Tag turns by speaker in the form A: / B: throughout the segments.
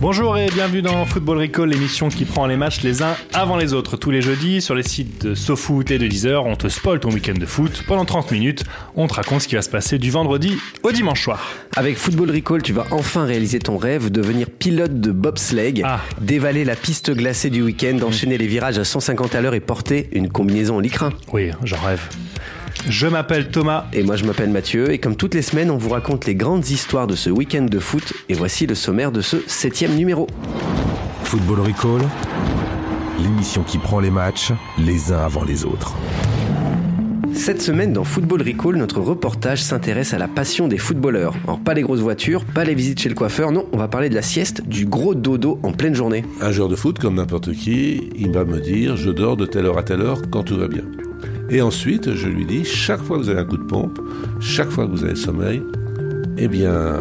A: Bonjour et bienvenue dans Football Recall, l'émission qui prend les matchs les uns avant les autres. Tous les jeudis, sur les sites de SoFoot et de Deezer, on te spoil ton week-end de foot. Pendant 30 minutes, on te raconte ce qui va se passer du vendredi au dimanche soir.
B: Avec Football Recall, tu vas enfin réaliser ton rêve, devenir pilote de bobsleigh,
A: Ah.
B: dévaler la piste glacée du week-end, enchaîner les virages à 150 à l'heure et porter une combinaison en lycra.
A: Oui, j'en rêve. Je m'appelle Thomas.
B: Et moi je m'appelle Mathieu et comme toutes les semaines on vous raconte les grandes histoires de ce week-end de foot et voici le sommaire de ce septième numéro.
C: Football Recall. L'émission qui prend les matchs les uns avant les autres.
B: Cette semaine dans Football Recall, notre reportage s'intéresse à la passion des footballeurs. Alors pas les grosses voitures, pas les visites chez le coiffeur, non, on va parler de la sieste, du gros dodo en pleine journée.
D: Un joueur de foot, comme n'importe qui, il va me dire je dors de telle heure à telle heure quand tout va bien. Et ensuite, je lui dis chaque fois que vous avez un coup de pompe, chaque fois que vous avez le sommeil, eh bien,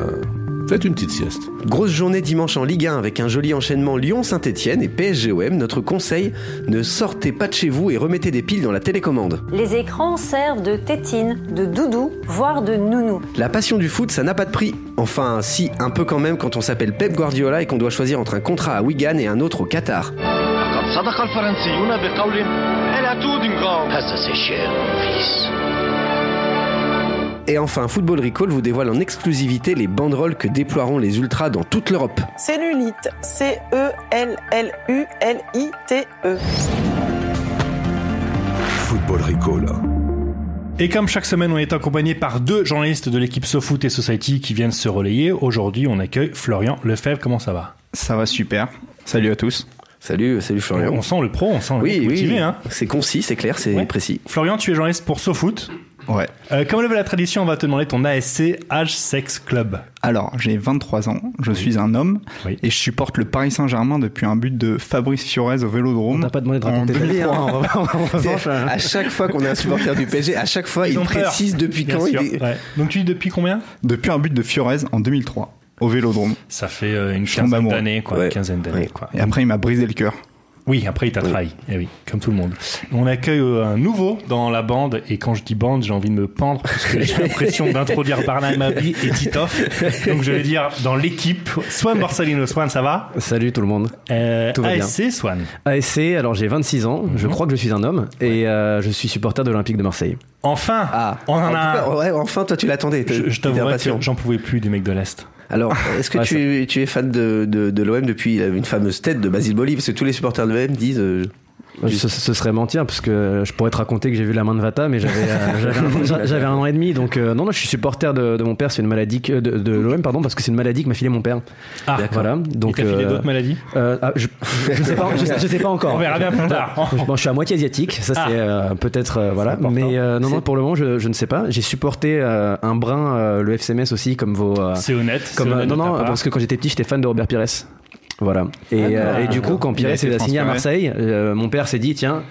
D: faites une petite sieste.
B: Grosse journée dimanche en Ligue 1 avec un joli enchaînement Lyon-Saint-Etienne et PSGOM. Notre conseil, ne sortez pas de chez vous et remettez des piles dans la télécommande.
E: Les écrans servent de tétine, de doudou, voire de nounou.
B: La passion du foot, ça n'a pas de prix. Enfin, si, un peu quand même quand on s'appelle Pep Guardiola et qu'on doit choisir entre un contrat à Wigan et un autre au Qatar.
F: لقد صدق الفرنسيون بقول إلى تودنغام هذا سي شير فيس
B: Et enfin, Football Recall vous dévoile en exclusivité les banderoles que déploieront les ultras dans toute l'Europe.
G: Cellulite. C-E-L-L-U-L-I-T-E.
C: Football Recall.
A: Et comme chaque semaine, on est accompagné par deux journalistes de l'équipe SoFoot et Society qui viennent se relayer. Aujourd'hui, on accueille Florian Lefebvre. Comment ça va
H: Ça va super. Salut à tous.
B: Salut, salut Florian.
A: On sent le pro, on sent le
B: Oui,
A: cultivé,
B: oui,
A: hein.
B: c'est concis, c'est clair, c'est
A: Ouais.
B: précis.
A: Florian, tu es journaliste pour SoFoot.
H: Ouais.
A: Euh, comme le veut la tradition, on va te demander ton ASC âge sexe club.
H: Alors, j'ai 23 ans, je suis un homme
A: Oui.
H: et je supporte le Paris Saint-Germain depuis un but de Fabrice Fiorez au Vélodrome.
B: On t'a pas demandé de raconter
H: en
B: ta vie,
H: 2003.
B: hein, C'est- à chaque fois qu'on a un supporter du PSG, à chaque fois,
A: hein. Ils
B: il
A: ont peur.
B: précise depuis
A: Bien
B: quand
A: sûr,
B: il est...
A: ouais. Donc tu dis depuis combien
H: Depuis un but de Fiorez en 2003 au Vélodrome.
A: Ça fait euh, une
H: tombe
A: quinzaine
H: amoureux.
A: d'années, quoi.
B: Ouais.
A: Une quinzaine d'années,
B: Ouais.
A: quoi.
H: Et après, il m'a brisé le cœur.
A: Oui, après il t'a trahi. Eh oui, comme tout le monde. On accueille euh, un nouveau dans la bande, et quand je dis bande, j'ai envie de me pendre, parce que j'ai l'impression d'introduire Barnum Abbey et Titoff. Donc je vais dire dans l'équipe, Swan Borsalino. Swan, ça va
I: Salut tout le monde.
A: Euh,
I: Tout va bien.
A: ASC, Swan.
I: ASC, alors j'ai 26 ans, je
B: Mhm.
I: crois que je suis un homme et euh, je suis supporter de l'Olympique de Marseille.
A: Enfin, on en
B: Ah. tout
A: a
B: cas,
A: un.
B: ouais, enfin, toi, tu l'attendais.
A: Je, je
B: t'es
A: t'avouerais
B: impatient.
A: que j'en pouvais plus des mecs de l'Est.
B: Alors, est-ce que
I: Ah, Ouais,
B: tu, tu es fan de, de, de l'OM depuis euh, une fameuse tête de Basile Boli Parce que tous les supporters de l'OM disent. euh,
I: Ce, ce serait mentir parce que je pourrais te raconter que j'ai vu la main de Vata, mais j'avais euh, j'avais un- j'a- j'avais un an et demi. Donc euh, non, non, je suis supporter de, de mon père. C'est une maladie que- de, de l'OM, pardon, parce que c'est une maladie que m'a filé mon père.
A: Ah,
I: Voilà.
A: Il
I: Donc
A: t'a filé
I: euh,
A: d'autres maladies
I: euh, ah, je, je sais pas, je, sais- je sais pas encore.
A: On verra bien plus tard.
I: Je- bon, je suis à moitié asiatique, ça
A: Ah.
I: c'est euh, peut-être euh, voilà,
A: important.
I: mais euh, non
B: C'est-
I: non pour le moment je, je ne sais pas. J'ai supporté euh, un brin euh, le FCMS aussi comme vos euh,
A: C'est honnête.
I: Comme,
A: c'est
I: euh,
A: honnête
I: non,
A: de ta
I: non,
A: part.
I: parce que quand j'étais petit, j'étais fan de Robert Pires. Voilà. Et, euh, et du coup, quand
H: Il
I: Pires
H: a
I: est
H: été
I: assigné à
H: transféré.
I: Marseille, euh, mon père s'est dit tiens,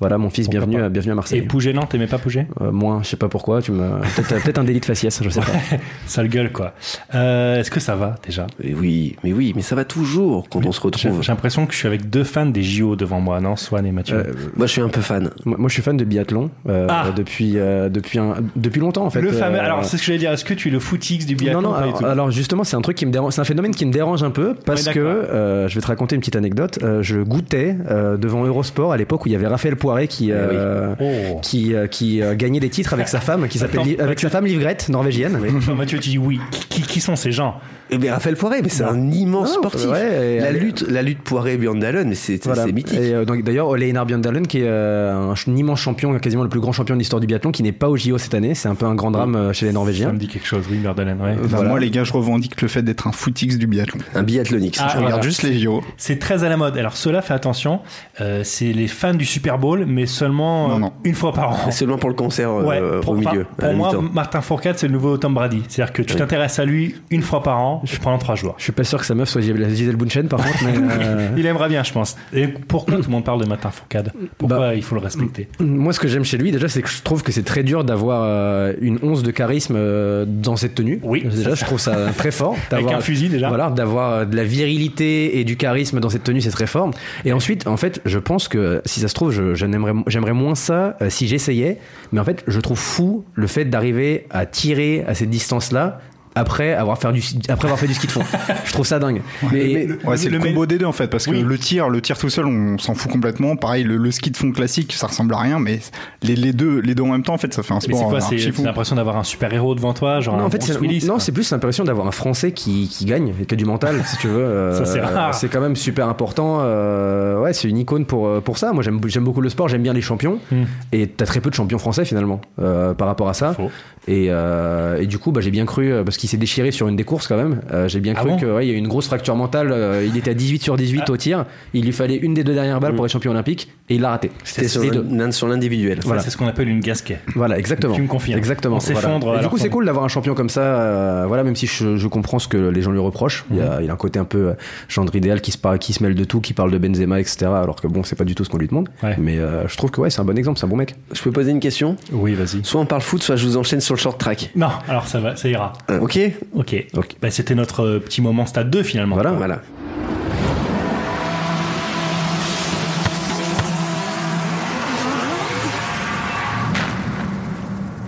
I: voilà, mon fils,
A: Pourquoi
I: bienvenue,
A: pas.
I: à- bienvenue à
A: Et
I: Marseille.
A: Pouget, non, t'aimais pas Pouget
I: Euh, moi, je sais pas pourquoi, tu me. Peut-être peut-être un délit de faciès, je sais pas.
A: Sale gueule, quoi. Euh, Est-ce que ça va déjà
B: mais oui, mais oui, mais ça va toujours quand on se
A: J'ai
B: retrouve.
A: j'ai l'impression que je suis avec deux fans des JO devant moi, non Swan et Mathieu.
I: Euh,
B: Moi, je suis un peu fan.
I: Moi, moi, je suis fan de biathlon euh,
A: Ah.
I: depuis, euh, depuis, un- depuis longtemps, en fait.
A: le fameux.
I: Euh,
A: Alors, c'est ce que j'allais dire. Est-ce que tu es le footix du biathlon
I: non, non,
A: pas du
I: alors,
A: tout
I: alors justement, c'est un truc qui me dérange, c'est un phénomène qui me dérange un peu parce
A: Ouais,
I: que
A: d'accord.
I: euh, je vais te raconter une petite anecdote. Euh, je goûtais euh, devant Eurosport à l'époque où il y avait Raphaël Poiré
B: Eh
I: qui euh,
A: oui. Oh.
I: qui, euh, qui euh, gagnait des titres avec sa femme qui s'appelle
A: Attends,
I: Li- avec sa femme Livrette norvégienne.
A: Enfin, Mathieu, tu dis oui. Qui, qui- qui sont ces gens
B: Et Eh bien, Raphaël Poiré, mais c'est un immense
I: Non, Ah,
B: sportif.
I: ouais, et
B: la,
I: allez.
B: lutte, la lutte Poiré-Björndalen, mais c'est
I: Voilà.
B: c'est mythique.
I: Et, euh, donc, d'ailleurs, Ole Einar Bjørndalen, qui est euh, un, ch- un immense champion, quasiment le plus grand champion de l'histoire du biathlon, qui n'est pas au JO cette année, c'est un peu un grand drame euh, chez les
A: Ça
I: Norvégiens. Euh,
A: me dit quelque chose, oui, Merdelen, ouais.
H: Bah, Moi, les gars, je revendique le fait d'être un footix du biathlon.
B: Un biathlonix.
A: Ah,
H: je regarde
A: voilà.
H: juste les JO.
A: C'est très à la mode. Alors, cela, fais attention. Euh, c'est les fans du Super Bowl football, mais seulement
H: Non,
A: euh,
H: non.
A: une fois par an.
B: C'est seulement pour le concert euh,
A: Ouais,
B: euh,
A: pour,
B: au
A: enfin,
B: milieu. à
A: pour
B: la
A: moi,
B: mi-temps.
A: Martin Fourcade, c'est le nouveau Tom Brady. C'est-à-dire que tu
B: Oui.
A: t'intéresses à lui une fois par an, je prends trois joueurs.
I: Je suis pas sûr que sa meuf soit Gisèle Gisèle Bunchen, par contre, mais euh,
A: Il aimerait bien, je pense. Et pourquoi tout le monde parle de Martin Fourcade Pourquoi
I: Bah,
A: il faut le respecter
I: moi, ce que j'aime chez lui, déjà, c'est que je trouve que c'est très dur d'avoir euh, une once de charisme euh, dans cette tenue.
A: Oui,
I: déjà,
A: ça-
I: je trouve ça très fort.
A: Avec
I: d'avoir-
A: un fusil, déjà.
I: Voilà, d'avoir euh, de la virilité et du charisme dans cette tenue, c'est très fort. Et ensuite, en fait, je pense que si ça se trouve, je, je n'aimerais- j'aimerais moins ça euh, si j'essayais. Mais en fait, je trouve fou le fait d'arriver à tirer à cette distance-là après avoir, faire du, après avoir fait du ski de fond. je trouve ça dingue. Mais-
H: Ouais, c'est
A: le
H: le,
A: mé-
H: combo des deux en fait, parce que
A: Oui.
H: le tir, le tir tout seul, on s'en fout complètement. Pareil, le, le ski de fond classique, ça ressemble à rien, mais les, les deux, les deux en même temps, en fait, ça fait un
A: Mais c'est
H: sport
A: quoi
H: euh,
A: C'est
H: archi
A: c'est
H: fou.
A: l'impression d'avoir un super héros devant toi, genre
I: Non,
A: un
I: en fait,
A: Bruce
I: c'est,
A: Willis,
I: non,
A: quoi.
I: c'est plus l'impression d'avoir un Français qui, qui gagne, qui a du mental, si tu veux. Euh,
A: Ça, c'est rare.
I: c'est quand même super important. euh, ouais, c'est une icône pour, euh, pour ça. Moi, j'aime, j'aime beaucoup le sport, j'aime bien les champions.
A: Hmm.
I: Et t'as très peu de champions français, finalement, euh, par rapport à ça.
A: Faux.
I: Et, euh, et du coup, bah, j'ai bien cru, euh, parce qu'il s'est déchiré sur une des courses quand même, euh, j'ai bien
A: Ah
I: cru
A: bon
I: qu'il y a eu une grosse fracture mentale. euh, il était à 18 sur 18 au tir. Il lui fallait une des deux dernières
H: Mm.
I: balles pour être champion olympique. Et il l'a raté.
B: C'était sur,
I: les deux.
B: l'in- sur l'individuel.
A: Ça, C'est ce qu'on appelle une gasquet.
I: Voilà, exactement.
A: Tu me confirmes.
I: Exactement.
A: On s'effondre
I: voilà. Et Du
A: alors
I: coup, c'est
A: qu'on-
I: cool d'avoir un champion comme ça. euh, voilà, même si je, je comprends ce que les gens lui reprochent. Il, y a, il a un côté un peu euh, gendre idéal qui se, par- qui se mêle de tout, qui parle de Benzema, etc. Alors que bon, c'est pas du tout ce qu'on lui demande.
A: Ouais.
I: Mais euh, je trouve que ouais, c'est un bon exemple, c'est un bon mec.
B: Je peux poser une question
A: Oui, vas-y.
B: Soit on parle foot, soit je vous enchaîne sur le short track.
A: Non, alors ça va, ça ira.
I: Euh.
B: Ok
A: Ok.
I: Ok.
A: Bah, C'était notre euh, petit moment stade 2 finalement.
I: Voilà.
B: Voilà.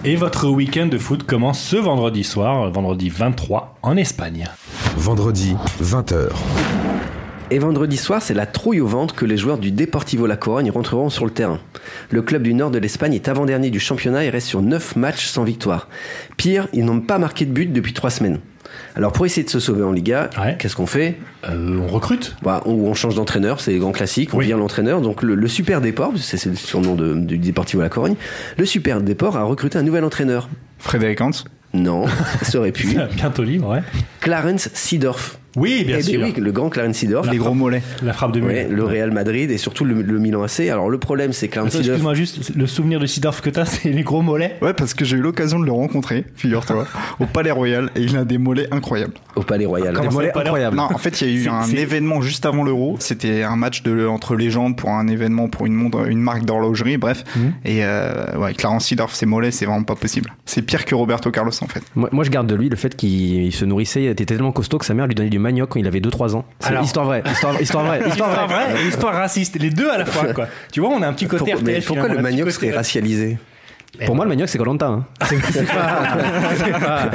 A: Et votre week-end de foot commence ce vendredi soir, euh, vendredi 23, en Espagne.
C: Vendredi, 20h.
B: Et vendredi soir, c'est la trouille au ventre que les joueurs du Deportivo La Corogne rentreront sur le terrain. Le club du nord de l'Espagne est avant-dernier du championnat et reste sur 9 matchs sans victoire. Pire, ils n'ont pas marqué de but depuis 3 semaines. Alors pour essayer de se sauver en Liga,
A: Ouais.
B: qu'est-ce qu'on fait
A: Euh, on recrute
B: bah, on, on change d'entraîneur, c'est les grands classiques, on
A: Oui.
B: vire l'entraîneur. Donc le, le Super Déport, parce que c'est c'est le surnom de- du Deportivo La Corogne, le Super Déport a recruté un nouvel entraîneur.
H: euh, Frédéric Hans,
B: Non, ça aurait pu.
A: Bientôt libre, ouais. ben
B: Clarence Seedorf.
A: Oui, bien
B: Eh
A: sûr.
B: oui, le grand Clarence Seedorf.
H: les gros mollets.
A: La frappe de
B: Ouais,
A: Müller.
B: le Real Madrid et surtout le, le Milan AC. Alors le problème, c'est que Clarence
A: Attends,
B: Seedorf.
A: Euh, Excuse-moi juste, le souvenir de Sidorf que t'as, c'est les gros mollets.
H: Ouais, parce que j'ai eu l'occasion de le rencontrer, figure-toi, au Palais Royal, et il a des mollets incroyables.
B: au Palais Royal.
I: Des
A: ça,
I: mollets
A: pas l'air-
I: incroyables.
H: Non, Ah, en fait, il y a eu
A: C'est-
H: un
A: c'est-
H: événement juste avant l'Euro. C'était un match de, entre légendes pour un événement pour une, montre- une marque d'horlogerie, bref. Et euh, ouais, Clarence Seedorf, ses mollets, c'est vraiment pas possible. C'est pire que Roberto Carlos, en fait.
I: Moi, moi, je garde de lui le fait qu'il il se nourrissait, il était tellement costaud que sa mère lui donnait du manioc quand il avait 2-3 ans. C'est
A: Alors-
I: histoire vraie, histoire, histoire vraie, histoire
A: Histoire
I: vraie.
A: vraie et histoire raciste. Les deux à la fois, quoi. Tu vois, on a un petit côté
B: Pour- mais
A: RTL.
B: pourquoi
A: finalement,
B: le
A: un petit
B: manioc
A: côté-
B: serait racialisé
I: Pour moi, le manioc, c'est Colanta. Hein. C'est, c'est pas. C'est pas.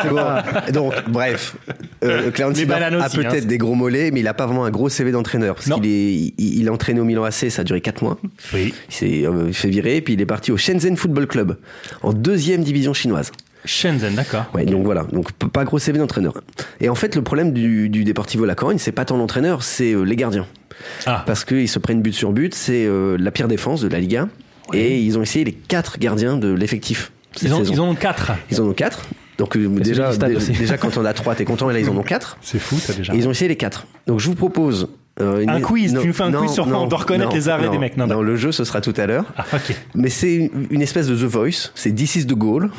I: c'est pas-
B: Donc, bref, euh, Clarence
A: Les
B: Seedorf
A: bananes
B: a
A: aussi,
B: peut-être
A: hein.
B: des gros mollets, mais il a pas vraiment un gros CV d'entraîneur. Parce
A: Non.
B: qu'il est, il, il a entraîné au Milan AC, ça a duré 4 mois.
A: Oui.
B: Il s'est euh, fait virer, puis il est parti au Shenzhen Football Club, en deuxième division chinoise.
A: Shenzhen, d'accord.
B: Ouais, donc voilà, donc p- pas gros CV d'entraîneur. Et en fait, le problème du, du Deportivo La Corogne, c'est pas tant l'entraîneur, c'est euh, les gardiens.
A: Ah.
B: Parce qu'ils se prennent but sur but, c'est euh, la pire défense de la Liga. Et ils ont essayé les quatre gardiens de l'effectif. cette
A: Ils en,
B: saison.
A: ils en ont quatre.
B: Ils en ont quatre. Donc euh, déjà,
I: du stade
B: dé-
I: aussi.
B: déjà, quand on a trois, t'es content, et là, ils en ont quatre.
A: C'est fou, ça, déjà.
B: Et ils ont essayé les quatre. Donc je vous propose. euh, une-
A: Un quiz, tu nous fais un quiz sur- on doit reconnaître les arrêts
B: non,
A: des mecs. Non, non.
B: le jeu, ce sera tout à l'heure.
A: Ah, ok.
B: Mais c'est une, une espèce de The Voice, c'est This is the goal.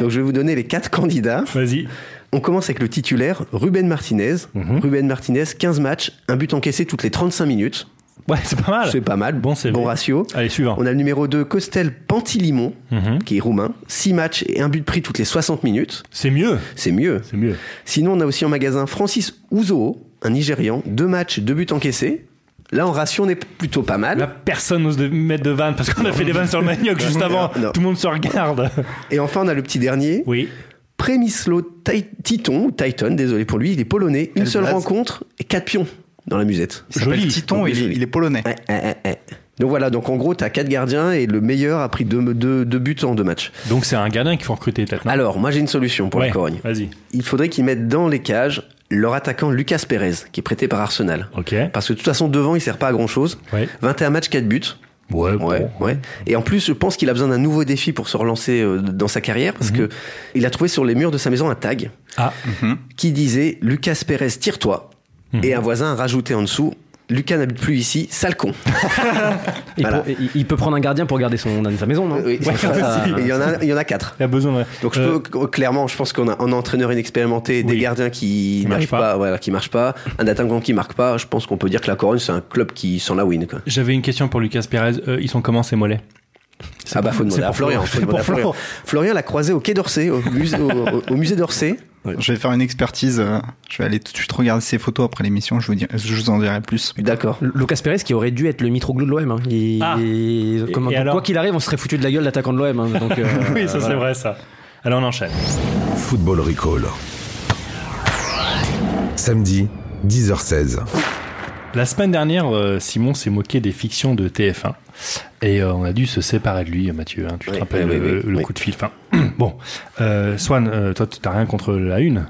B: Donc je vais vous donner les quatre candidats.
A: Vas-y.
B: On commence avec le titulaire, Ruben Martinez.
A: Mhm.
B: Ruben Martinez, 15 matchs, un but encaissé toutes les 35 minutes.
A: Ouais, c'est pas mal.
B: C'est pas mal,
A: Ah Bon CV.
B: bon ratio.
A: Allez, suivant.
B: On a le numéro 2, Costel Pantilimon,
A: Mhm.
B: qui est roumain. 6 matchs et un but pris toutes les 60 minutes.
A: C'est mieux.
B: C'est mieux.
A: C'est mieux.
B: Sinon, on a aussi en magasin Francis Ouzo, un Nigérian. 2 matchs, 2 buts encaissés. Là, en ratio, on est plutôt pas mal.
A: Là, personne n'ose de mettre de vannes parce qu'on a fait des vannes sur le manioc juste avant.
B: Non.
A: Tout le monde se regarde.
B: Et enfin, on a le petit dernier,
A: Oui.
B: Premislo Tai- Titon, ou Titan, désolé pour lui, il est polonais. Une
H: Quelle
B: seule
H: blaze.
B: rencontre et 4 pions dans la musette.
H: Il s'appelle
A: Joli.
H: Titon, il, est- il est polonais.
B: Ouais, ouais, ouais. Donc voilà, donc en gros, t'as quatre gardiens et le meilleur a pris deux, deux- deux buts en deux matchs.
A: Donc, c'est un gardien qu'il faut recruter, peut-être. non
B: Alors, moi j'ai une solution pour
A: Ouais,
B: la Corogne.
A: Vas-y.
B: Il faudrait qu'ils mettent dans les cages leur attaquant Lucas Pérez, qui est prêté par Arsenal.
A: Ok.
B: Parce que de toute façon, devant, il sert pas à grand chose.
A: Ouais.
B: 21 matchs, 4 buts.
A: Ouais,
B: Ouais, ouais. Et en plus, je pense qu'il a besoin d'un nouveau défi pour se relancer euh, dans sa carrière
A: Mhm.
B: parce que il a trouvé sur les murs de sa maison un tag
A: Ah,
I: Mhm.
B: qui disait Lucas Pérez, tire-toi. Et un voisin a rajouté en dessous Lucas n'habite plus ici, sale con.
I: Il,
B: Voilà.
I: peut, il- il peut prendre un gardien pour garder son, sa maison, non
B: Oui,
A: Ouais,
B: ça.
A: aussi.
B: Il y en a, il y en a quatre.
A: Il y a besoin de.
B: Donc je
A: Euh,
B: peux- clairement, je pense qu'on a un entraîneur inexpérimenté, des
A: Oui.
B: gardiens qui,
A: Qui
B: marchent
A: marchent
B: pas,
A: pas.
B: voilà, qui marchent pas, un attaquant qui marque pas. Je pense qu'on peut dire que la Corogne c'est un club qui sent la win. Quoi.
A: J'avais une question pour Lucas Pérez. Euh, ils sont comment ces mollets
B: Ah bah faut demander à Florian. faut demander à Florian. Florian l'a croisé au Quai d'Orsay, au musée, au, au- au musée d'Orsay.
H: Je vais faire une expertise. euh, Je vais aller tout de suite regarder ces photos après l'émission. Je vous dirai- je vous en dirai plus.
B: D'accord.
I: Lucas Perez qui aurait dû être le Mitroglou de l'OM. hein. Il-
A: Ah.
I: il- comment-
A: Et
I: donc,
A: alors
I: quoi qu'il arrive, on serait foutu de la gueule l'attaquant de l'OM. hein. Donc, euh,
A: Oui, ça c'est
I: voilà.
A: vrai ça. Alors on enchaîne.
C: Football Recall. Samedi, 10h16.
A: La semaine dernière, euh, Simon s'est moqué des fictions de TF1 et euh, on a dû se séparer de lui, Mathieu. hein. tu te
B: Oui,
A: rappelles
B: oui, oui,
A: le,
B: oui,
A: le
B: oui.
A: coup de fil. Enfin, bon, Euh, Swan, euh, toi, tu t'as rien contre la une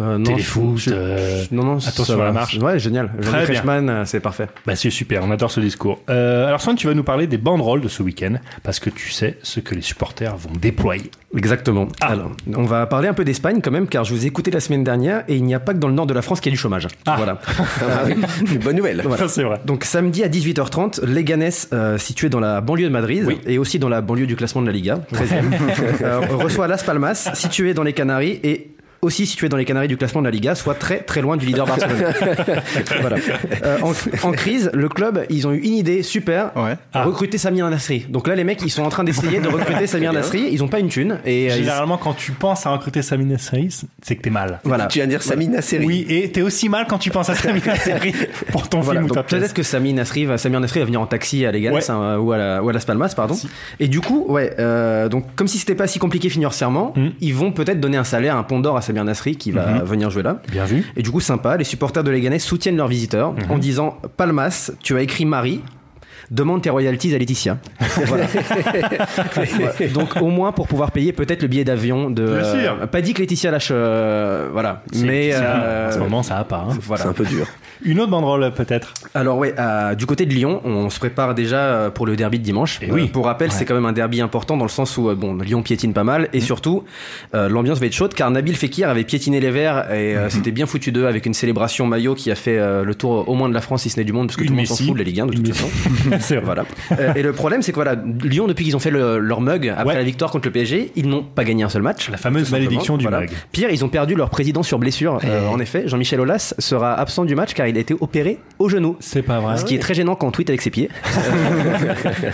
I: Euh, non,
A: Téléfoot,
I: je- je-
A: euh,
I: non, non,
A: attention
I: ça
A: à
I: va.
A: la marche.
I: Ouais, génial. Jean-Luc
A: bien.
I: Reichmann, euh, c'est parfait.
A: Bah c'est super, on adore ce discours. Euh, alors Swan, tu vas nous parler des banderoles de ce week-end, parce que tu sais ce que les supporters vont déployer.
I: Exactement.
A: Ah.
I: Alors, on va parler un peu d'Espagne quand même, car je vous ai écouté la semaine dernière et il n'y a pas que dans le nord de la France qu'il y a du chômage.
A: Ah.
I: Voilà. bah
B: Ah oui, une bonne nouvelle.
I: Voilà.
A: c'est vrai.
I: Donc samedi à 18h30, Leganés, euh, situé dans la banlieue de Madrid
A: Oui.
I: et aussi dans la banlieue du classement de la Liga, 13e, euh, reçoit Las Palmas, situé dans les Canaries et aussi situé dans les Canaries du classement de la Liga, soit très très loin du leader Barcelone. Voilà. Euh, en, en crise, le club, ils ont eu une idée super,
H: Ouais.
A: Ah.
I: recruter Samir Nasri. Donc là, les mecs, ils sont en train d'essayer de recruter Samir Nasri, ils ont pas une thune et euh, ils-
A: Généralement, quand tu penses à recruter Samina Seris, c'est que t'es mal.
I: voilà.
B: Tu viens de dire Samina Seri.
A: Oui, et t'es aussi mal quand tu penses à Samina Seri pour ton
I: Voilà,
A: film ou ta
I: donc
A: pièce.
I: peut-être que Sami Nasri va, Samir Nasri va venir en taxi à Leganés
A: Ouais.
I: hein, ou, à la- ou à Las Palmas, pardon. Et du coup, ouais, euh, donc comme si c'était pas si compliqué financièrement,
A: Mm.
I: ils vont peut-être donner un salaire, un pont d'or à Samir Nasri qui va
A: Mhm.
I: venir jouer là.
A: Bien vu.
I: Et du coup, sympa, les supporters de Leganés soutiennent leurs visiteurs
A: Mm-hmm.
I: en disant Palmas, tu as écrit Marie. Demande tes royalties à Laetitia. Voilà. Ouais, Donc au moins pour pouvoir payer peut-être le billet d'avion de.
A: Bien sûr.
I: euh, pas dit que Laetitia lâche. euh, voilà. Mais. euh,
A: En ce moment, ça va pas. hein.
I: voilà.
B: C'est un peu dur.
A: Une autre banderole, peut-être.
I: Alors ouais, à- du côté de Lyon, on se prépare déjà euh, pour le derby de dimanche.
A: Eh oui.
I: pour rappel,
A: Ouais. Mm.
I: c'est quand même un derby important dans le sens où euh, bon, Lyon piétine pas mal et surtout euh, l'ambiance va être chaude car Nabil Fekir avait piétiné les verts et
A: Mm-hmm.
I: euh, c'était bien foutu d'eux avec une célébration maillot qui a fait euh, le tour au moins de la France si ce n'est du monde parce que
A: Une
I: tout le monde s'en
A: Messi.
I: fout de la Ligue 1 de
A: Une
I: toute
A: Messi.
I: façon.
A: c'est vrai.
I: voilà. Euh, et le problème c'est que voilà, Lyon depuis qu'ils ont fait le- leur mug après
A: Ouais.
I: la victoire contre le PSG, ils n'ont pas gagné un seul match.
A: La fameuse
I: Tout simplement,
A: malédiction du
I: voilà.
A: mag.
I: Pire, ils ont perdu leur président sur blessure. Euh,
B: Eh.
I: en effet, Jean-Michel Aulas sera absent du match car il a été opéré au genou.
A: C'est pas vrai.
I: Ce qui est très gênant quand on tweet avec ses pieds.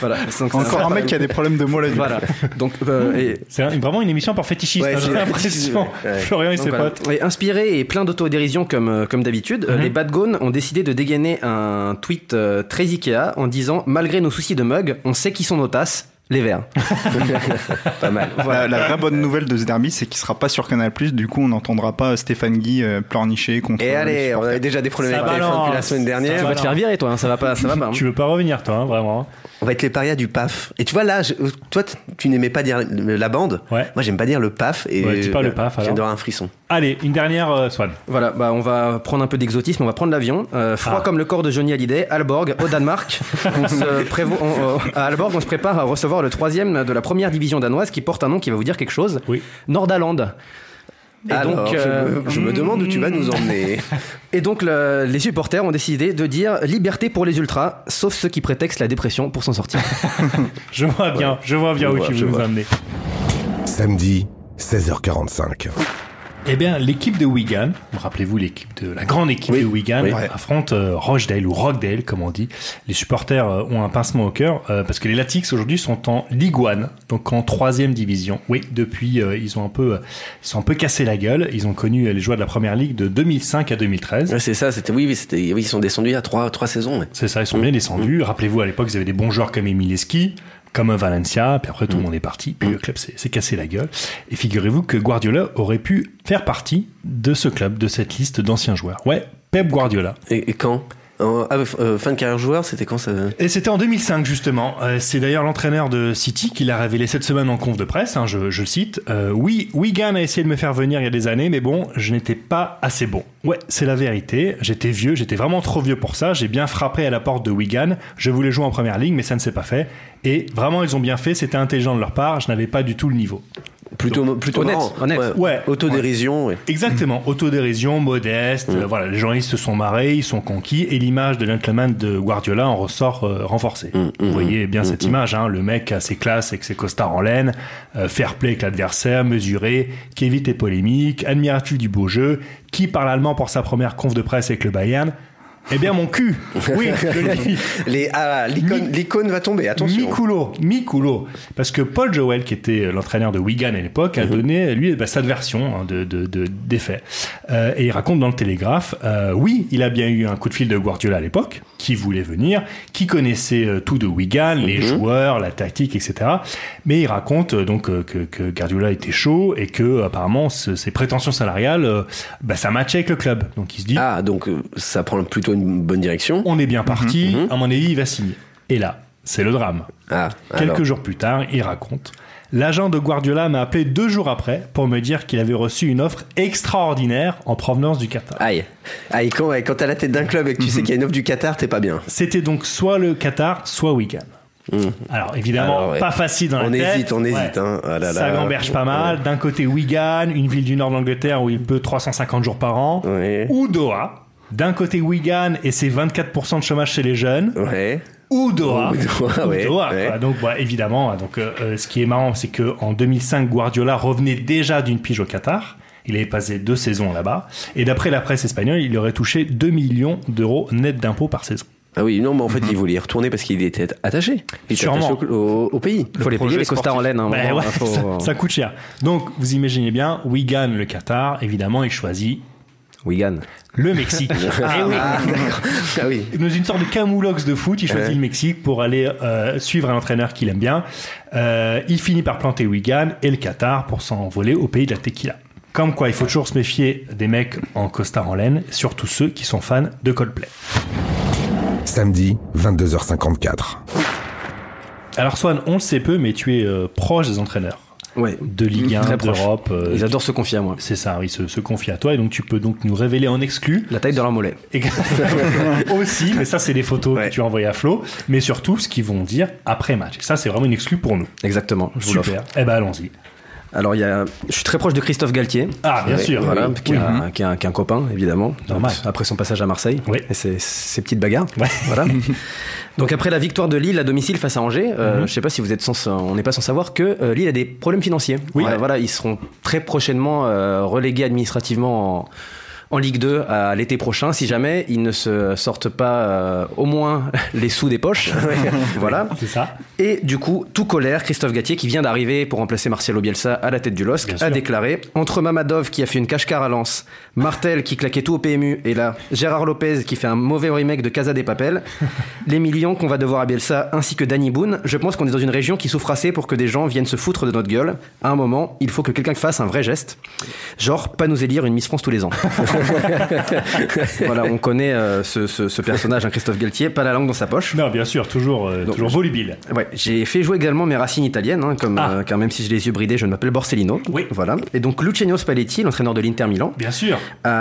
I: voilà. Donc, ça-
H: Encore un mec qui a des problèmes de mots là.
I: Voilà. Donc, euh, et,
A: C'est un- vraiment une émission pour fétichistes,
B: Ouais,
A: hein, j'ai
B: c'est-
A: l'impression.
B: ouais.
A: Florian et
I: donc
A: ses
I: voilà.
A: potes.
I: Et inspiré et plein d'autodérision comme, euh, comme d'habitude,
A: Mhm.
I: euh, les Badgones ont décidé de dégainer un tweet euh, très Ikea en disant Malgré nos soucis de mug, on sait qui sont nos tasses, les verts. Pas mal.
H: La, la vraie bonne nouvelle de ce derby, c'est qu'il sera pas sur Canal+. Du coup, on n'entendra pas Stéphane Guy euh, pleurnicher contre.
B: Et
H: les
B: allez, on
H: supporters.
B: avait déjà des problèmes
A: Ça
B: avec téléphone
A: balance.
B: depuis la semaine
I: Tu
B: dernière.
I: vas te faire virer, toi, hein, ça va pas. Ça va pas hein.
A: Tu veux pas revenir, toi, hein, vraiment.
B: On va être les parias du PAF. Et tu vois là, je- toi, t- tu n'aimais pas dire le- la bande.
A: Ouais.
B: Moi, j'aime pas dire le PAF. Et
A: Ouais, dis pas le PAF, alors.
B: J'adore un frisson.
A: Allez, une dernière, euh, Swan.
I: Voilà, bah on va prendre un peu d'exotisme, on va prendre l'avion. Euh, froid
A: Ah.
I: comme le corps de Johnny Hallyday, Alborg, au Danemark. on se prévo- on- euh, à Alborg, on se prépare à recevoir le troisième de la première division danoise qui porte un nom qui va vous dire quelque chose.
A: Oui.
I: Nordaland. Et
B: Alors,
I: donc,
B: je
I: euh,
B: me- je me demande où tu vas nous emmener.
I: et donc le- les supporters ont décidé de dire liberté pour les ultras, sauf ceux qui prétextent la dépression pour s'en sortir.
A: Je vois bien, je vois bien
B: Je
A: où
B: vois,
A: tu
B: je
A: veux nous
B: vois.
A: amener.
C: Samedi, 16h45.
A: Eh bien, l'équipe de Wigan, rappelez-vous l'équipe de la grande équipe
B: Oui,
A: de Wigan,
B: oui.
A: affronte euh, Rochdale ou Rockdale, comme on dit. Les supporters euh, ont un pincement au cœur euh, parce que les Latics aujourd'hui sont en Ligue 1, donc en troisième division. Oui, depuis euh, ils ont un peu, euh, ils sont un peu cassé la gueule. Ils ont connu euh, les joueurs de la première ligue de 2005 à 2013.
B: Ouais, c'est ça, c'était oui, oui, c'était oui, ils sont descendus il y a trois, trois saisons. ouais.
A: C'est ça, ils sont bien descendus. Rappelez-vous, à l'époque, ils avaient des bons joueurs comme Emileski, comme Valencia, puis après tout le monde est parti, puis le club s'est s'est cassé la gueule. Et figurez-vous que Guardiola aurait pu faire partie de ce club, de cette liste d'anciens joueurs. Ouais, Pep Guardiola.
B: Et, et quand En- ah, euh, Fin de carrière joueur, c'était quand ça
A: Et c'était en 2005 justement. Euh, c'est d'ailleurs l'entraîneur de City qui l'a révélé cette semaine en conf de presse. hein, je, je cite Euh, Oui, Wigan a essayé de me faire venir il y a des années, mais bon, je n'étais pas assez bon. Ouais, c'est la vérité. J'étais vieux, j'étais vraiment trop vieux pour ça. J'ai bien frappé à la porte de Wigan. Je voulais jouer en première ligne, mais ça ne s'est pas fait. Et vraiment, ils ont bien fait. C'était intelligent de leur part. Je n'avais pas du tout le niveau.
I: Plutôt, plutôt
B: Honnête,
I: marrant.
B: honnête.
A: Ouais.
I: Autodérision. ouais.
A: Exactement, autodérision, modeste. euh, voilà, les journalistes se sont marrés, ils sont conquis, et l'image de gentleman de Guardiola en ressort euh, renforcée. Vous voyez bien cette image, hein, le mec a ses classes avec ses costards en laine, euh, fair play avec l'adversaire, mesuré, qui évite les polémiques, admiratif du beau jeu, qui parle allemand pour sa première conf de presse avec le Bayern. Eh bien, mon cul Oui, je le dis.
I: Les, ah, l'icône, l'icône va tomber, attention.
A: Miculo, Miculo. Parce que Paul Joel, qui était l'entraîneur de Wigan à l'époque,
I: Mhm.
A: a donné, lui, bah, sa version hein, de, de, de- des faits. Euh, et il raconte dans le Télégraphe, euh, oui, il a bien eu un coup de fil de Guardiola à l'époque, qui voulait venir, qui connaissait euh, tout de Wigan,
I: Mhm.
A: les joueurs, la tactique, etc. Mais il raconte euh, donc euh, que, que Guardiola était chaud et que apparemment ce- ses prétentions salariales, euh, bah, ça matchait avec le club. Donc il se dit,
I: Ah, donc euh, ça prend plutôt une bonne direction.
A: on est bien parti,
I: Mhm.
A: à mon avis, il va signer. Et là, c'est le drame.
I: Ah,
A: Quelques
I: alors.
A: jours plus tard, il raconte L'agent de Guardiola m'a appelé deux jours après pour me dire qu'il avait reçu une offre extraordinaire en provenance du Qatar.
I: Aïe. Aïe, quand, ouais, quand t'as la tête d'un club et que tu
A: Mhm.
I: sais qu'il y a une offre du Qatar, t'es pas bien.
A: C'était donc soit le Qatar, soit Wigan. Alors évidemment,
I: Mmh. Alors, ouais.
A: pas facile dans
I: On
A: la tête.
I: hésite, on hésite, hein. Ah là
A: Ça
I: là.
A: gamberge pas mal. D'un côté Wigan, une ville du nord de l'Angleterre où il pleut 350 jours par an,
I: Ouais.
A: ou Doha. D'un côté Wigan et ses 24% de chômage chez les jeunes,
I: Ouais.
A: ou Doha.
I: Ou Doha,
A: Ou
I: ouais,
A: Doha,
I: ouais.
A: quoi. Donc, bah, évidemment, donc, euh, euh, ce qui est marrant, c'est que en 2005, Guardiola revenait déjà d'une pige au Qatar. Il avait passé deux saisons là-bas. Et d'après la presse espagnole, il aurait touché 2 millions d'euros net d'impôts par saison.
I: Ah oui, non, mais en fait, il voulait y retourner parce qu'il était attaché. Il était
A: Mhm. Sûrement.
I: attaché au, au- au pays.
B: Faut les payer les costards en laine. hein,
A: Bah
B: vraiment,
A: ouais,
B: hein, faut-
A: ça, ça coûte cher. Donc, vous imaginez bien, Wigan, le Qatar, évidemment, il choisit
B: Wigan.
A: le Mexique. Eh oui.
I: Ah, d'accord. Ah oui.
A: dans une sorte de camoulox de foot, il choisit le Mexique pour aller euh, suivre un entraîneur qu'il aime bien. Euh, il finit par planter Wigan et le Qatar pour s'envoler au pays de la tequila. Comme quoi, il faut toujours se méfier des mecs en costard en laine, surtout ceux qui sont fans de Coldplay.
C: Samedi, 22h54.
A: Alors Swan, on le sait peu, mais tu es euh, proche des entraîneurs
B: Ouais.
A: de Ligue 1,
B: Très proche.
A: d'Europe. euh,
B: Ils adorent se confier à moi.
A: c'est ça, ils se, se confient à toi et donc tu peux donc nous révéler en exclu
B: La taille de leur mollet.
A: Et que- aussi, mais ça c'est des photos
I: Ouais.
A: que tu as envoyées à Flo, mais surtout ce qu'ils vont dire après match. Et ça c'est vraiment une exclu pour nous.
B: Exactement. Je vous l'offre.
A: Super. Eh ben allons-y.
B: Alors, il y a, je suis très proche de Christophe Galtier.
A: Ah, bien
B: Ouais,
A: sûr.
B: Voilà,
A: Oui,
B: qui, est un- qui est un, qui est un copain, évidemment.
A: Normal.
B: Après son passage à Marseille.
A: Oui.
B: Et ses, ses petites bagarres.
A: Ouais.
B: Voilà. Donc, après la victoire de Lille à domicile face à Angers, euh, je sais pas si vous êtes sans, on n'est pas sans savoir que euh, Lille a des problèmes financiers.
A: Oui.
B: Euh, voilà, ils seront très prochainement euh, relégués administrativement en. en Ligue 2 à l'été prochain, si jamais ils ne se sortent pas euh, au moins les sous des poches. voilà.
A: C'est ça.
B: Et du coup, tout colère, Christophe Gatier, qui vient d'arriver pour remplacer Marcelo Bielsa à la tête du LOSC,
A: Bien
B: a
A: sûr.
B: déclaré Entre Mamadov qui a fait une cache-car à Lens, Martel qui claquait tout au PMU, et là, Gérard Lopez qui fait un mauvais remake de Casa des Papel, les millions qu'on va devoir à Bielsa ainsi que Danny Boone, je pense qu'on est dans une région qui souffre assez pour que des gens viennent se foutre de notre gueule. À un moment, il faut que quelqu'un fasse un vrai geste. Genre, pas nous élire une Miss France tous les ans. voilà, on connaît euh, ce, ce- ce personnage, hein, Christophe Galtier, pas la langue dans sa poche.
A: Non, bien sûr, toujours, euh,
B: Donc,
A: toujours
B: je-
A: volubile.
B: Ouais, j'ai fait jouer également mes racines italiennes, hein, comme,
A: Ah.
B: euh, car même si j'ai les yeux bridés, je m'appelle Borsellino.
A: Oui.
B: Voilà. Et donc Luciano Spalletti, l'entraîneur de l'Inter Milan,
A: Bien sûr.
I: Ah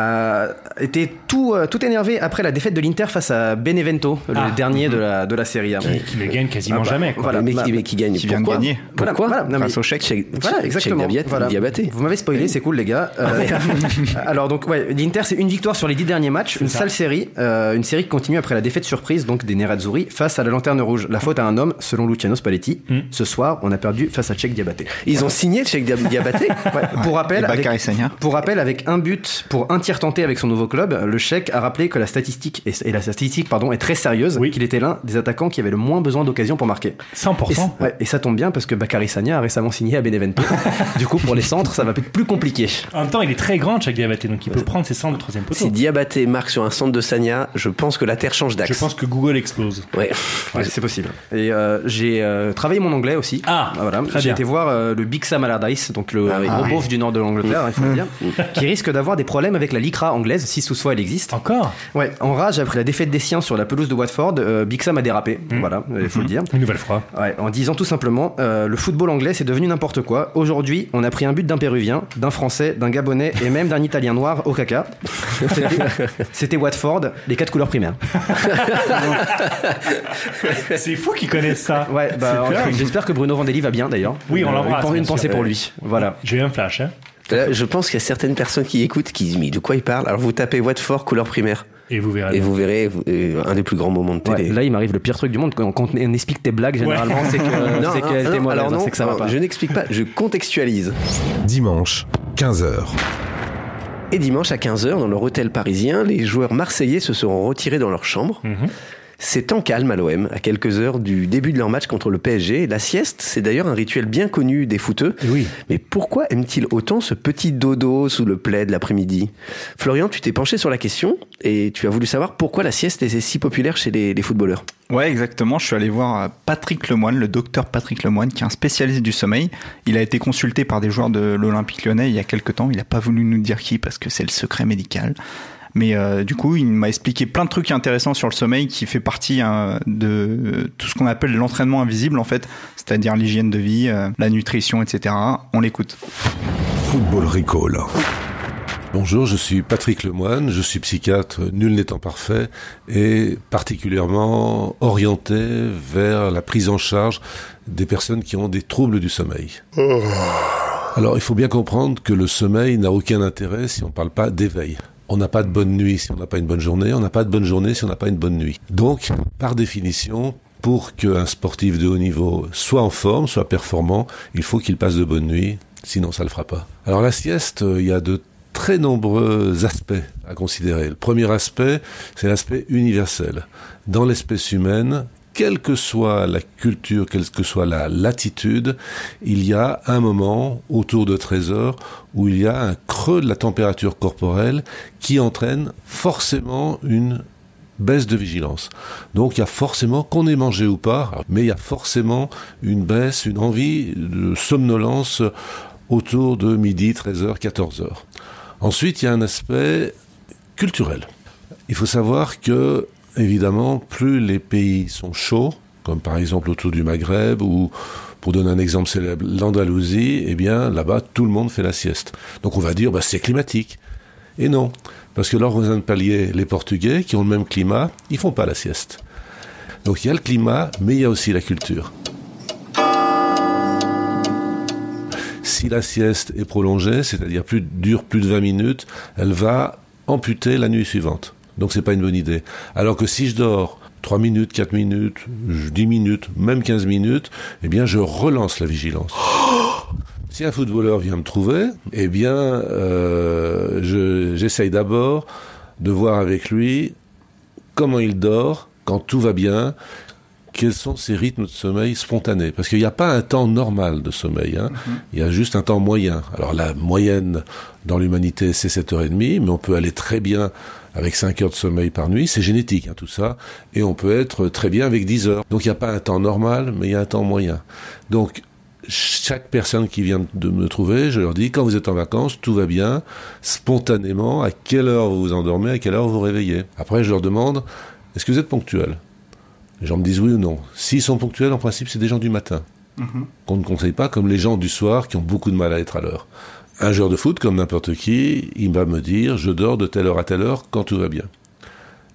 B: a été tout, euh, tout énervé après la défaite de l'Inter face à Benevento, le
A: Ah.
B: dernier de la, de la Série A.
A: Qui, qui ne gagne quasiment
B: Ah bah,
A: jamais. Quoi.
B: voilà.
I: mais,
B: bah,
I: qui, mais qui gagne.
H: qui vient de
I: Pourquoi
H: gagner.
B: Voilà,
I: Pourquoi
B: voilà, non, mais-
I: Face au chèque. Chèque-
B: Voilà,
I: chèque
B: exactement.
I: Diabiate,
B: Voilà.
I: Diabaté.
B: Vous m'avez spoilé, c'est cool les gars.
A: Ah
B: Euh, alors donc ouais, l'Inter c'est une victoire sur les dix derniers matchs, une sale série, euh, une série qui continue après la défaite surprise donc des Nerazzurri face à la Lanterne Rouge. La faute à un homme, selon Luciano Spalletti.
A: Hmm.
B: Ce soir, on a perdu face à Tchèque Diabaté. Ah,
I: Ils ont signé le chèque Diab- Diabaté.
B: Ouais, pour rappel,
H: et
B: avec,
H: Bakary Sagna.
B: pour rappel, avec un but pour un tir tenté avec son nouveau club, le chèque a rappelé que la statistique est, et la statistique pardon est très sérieuse,
A: Oui.
B: qu'il était l'un des attaquants qui avait le moins besoin d'occasion pour marquer. Et,
A: 100%.
B: ouais, et ça tombe bien parce que Bakary Sagna a récemment signé à Benevento. du coup, pour les centres, ça va être plus compliqué.
A: En même temps, il est très grand, chaque Diabaté, donc il peut prendre ses 100 de troisième
I: Si
A: poteau.
I: Diabaté marque sur un centre de Sagna, je pense que la Terre change
A: Je
I: d'axe.
A: pense que Google explose.
I: Ouais.
B: Ouais, c'est possible. Et euh, j'ai euh, travaillé mon anglais aussi.
A: Ah,
B: voilà.
A: très
B: J'ai
A: bien.
B: été voir euh, le Big Sam Allardyce, donc le
I: Ah oui.
B: gros
I: Ah oui.
B: beauf du nord de l'Angleterre, il faut le dire, qui risque d'avoir des problèmes avec la lycra anglaise, si toutefois elle existe.
A: Encore
B: Ouais, en rage après la défaite des siens sur la pelouse de Watford, euh, Big Sam a dérapé. Voilà, il faut le dire.
A: Une nouvelle fois.
B: Ouais, en disant tout simplement, euh, le football anglais c'est devenu n'importe quoi. Aujourd'hui, on a pris un but d'un Péruvien, d'un Français, d'un Gabonais et même d'un Italien noir au caca.
I: C'était- C'était Watford, les quatre couleurs primaires.
A: C'est fou qu'ils connaissent ça.
I: Ouais, bah,
A: C'est
I: alors,
A: dingue.
I: J'espère que Bruno Vandelli va bien d'ailleurs.
A: Oui, on
I: Euh,
A: l'embrasse,
I: une pen-
A: bien
I: Une
A: sûr.
I: pensée pour lui. Voilà.
A: J'ai eu un flash. hein.
B: Là, je pense qu'il y a certaines personnes qui écoutent qui disent mais de quoi il parle Alors vous tapez Watford couleur primaire
A: Et vous verrez.
B: et vous verrez vous- euh, un des plus grands moments de
I: Ah Ouais,
B: télé. Euh,
I: là, il m'arrive le pire truc du monde quand, quand on explique tes blagues généralement, c'est que
B: Non,
I: c'est
B: non,
I: qu'elles
B: non,
I: étaient mauvaises,
B: alors
I: hein,
B: non,
I: c'est que ça va
B: non,
I: pas.
B: je n'explique pas, je contextualise.
C: Dimanche, 15h.
B: Et dimanche à 15h, dans leur hôtel parisien, les joueurs marseillais se seront retirés dans leur chambre. C'est en calme à l'OM, à quelques heures du début de leur match contre le PSG. La sieste, c'est d'ailleurs un rituel bien connu des footeux.
I: Oui.
B: Mais pourquoi aiment-ils autant ce petit dodo sous le plaid l'après-midi Florian, tu t'es penché sur la question et tu as voulu savoir pourquoi la sieste était si populaire chez les, les footballeurs.
H: Ouais, exactement. Je suis allé voir euh, Patrick Lemoine, le docteur Patrick Lemoine, qui est un spécialiste du sommeil. Il a été consulté par des joueurs de l'Olympique lyonnais il y a quelques temps. Il n'a pas voulu nous dire qui parce que c'est le secret médical. Mais euh, du coup, il m'a expliqué plein de trucs intéressants sur le sommeil qui fait partie hein, de euh, tout ce qu'on appelle l'entraînement invisible, en fait, c'est-à-dire l'hygiène de vie, euh, la nutrition, etc. On l'écoute.
C: Football Recall.
D: Bonjour, je suis Patrick Lemoine, je suis psychiatre, nul n'étant parfait, et particulièrement orienté vers la prise en charge des personnes qui ont des troubles du sommeil. Alors, il faut bien comprendre que le sommeil n'a aucun intérêt si on ne parle pas d'éveil. On n'a pas de bonne nuit si on n'a pas une bonne journée, on n'a pas de bonne journée si on n'a pas une bonne nuit. Donc, par définition, pour qu'un sportif de haut niveau soit en forme, soit performant, il faut qu'il passe de bonne nuit, sinon ça ne le fera pas. Alors la sieste, euh, il y a de très nombreux aspects à considérer. Le premier aspect, c'est l'aspect universel. Dans l'espèce humaine, quelle que soit la culture, quelle que soit la latitude, il y a un moment autour de 13 heures où il y a un creux de la température corporelle qui entraîne forcément une baisse de vigilance. Donc il y a forcément, qu'on ait mangé ou pas, mais il y a forcément une baisse, une envie de somnolence autour de midi, 13h, 14h. Ensuite, il y a un aspect culturel. Il faut savoir que, évidemment, plus les pays sont chauds, comme par exemple autour du Maghreb, ou pour donner un exemple célèbre, l'Andalousie, eh bien, là-bas, tout le monde fait la sieste. Donc on va dire, bah, c'est climatique. Et non, parce que leurs voisins de palier, les Portugais, qui ont le même climat, ils font pas la sieste. Donc il y a le climat, mais il y a aussi la culture. Si la sieste est prolongée, c'est-à-dire plus, dure plus de 20 minutes, elle va amputer la nuit suivante. Donc c'est pas une bonne idée. Alors que si je dors 3 minutes, 4 minutes, 10 minutes, même 15 minutes, eh bien je relance la vigilance. Si un footballeur vient me trouver, eh bien, euh, je- j'essaye d'abord de voir avec lui comment il dort, quand tout va bien, quels sont ses rythmes de sommeil spontanés. Parce qu'il n'y a pas un temps normal de sommeil, hein. il y a juste un temps moyen. Alors la moyenne dans l'humanité, c'est 7h30, mais on peut aller très bien avec 5 heures de sommeil par nuit, c'est génétique hein, tout ça, et on peut être très bien avec 10 heures. Donc il n'y a pas un temps normal, mais il y a un temps moyen. Donc chaque personne qui vient de me trouver, je leur dis, quand vous êtes en vacances, tout va bien, spontanément, à quelle heure vous vous endormez, à quelle heure vous vous réveillez. Après, je leur demande, est-ce que vous êtes ponctuel Les gens me disent oui ou non. S'ils sont ponctuels, en principe, c'est des gens du matin, qu'on ne conseille pas, comme les gens du soir qui ont beaucoup de mal à être à l'heure. Un joueur de foot, comme n'importe qui, il va me dire, je dors de telle heure à telle heure quand tout va bien.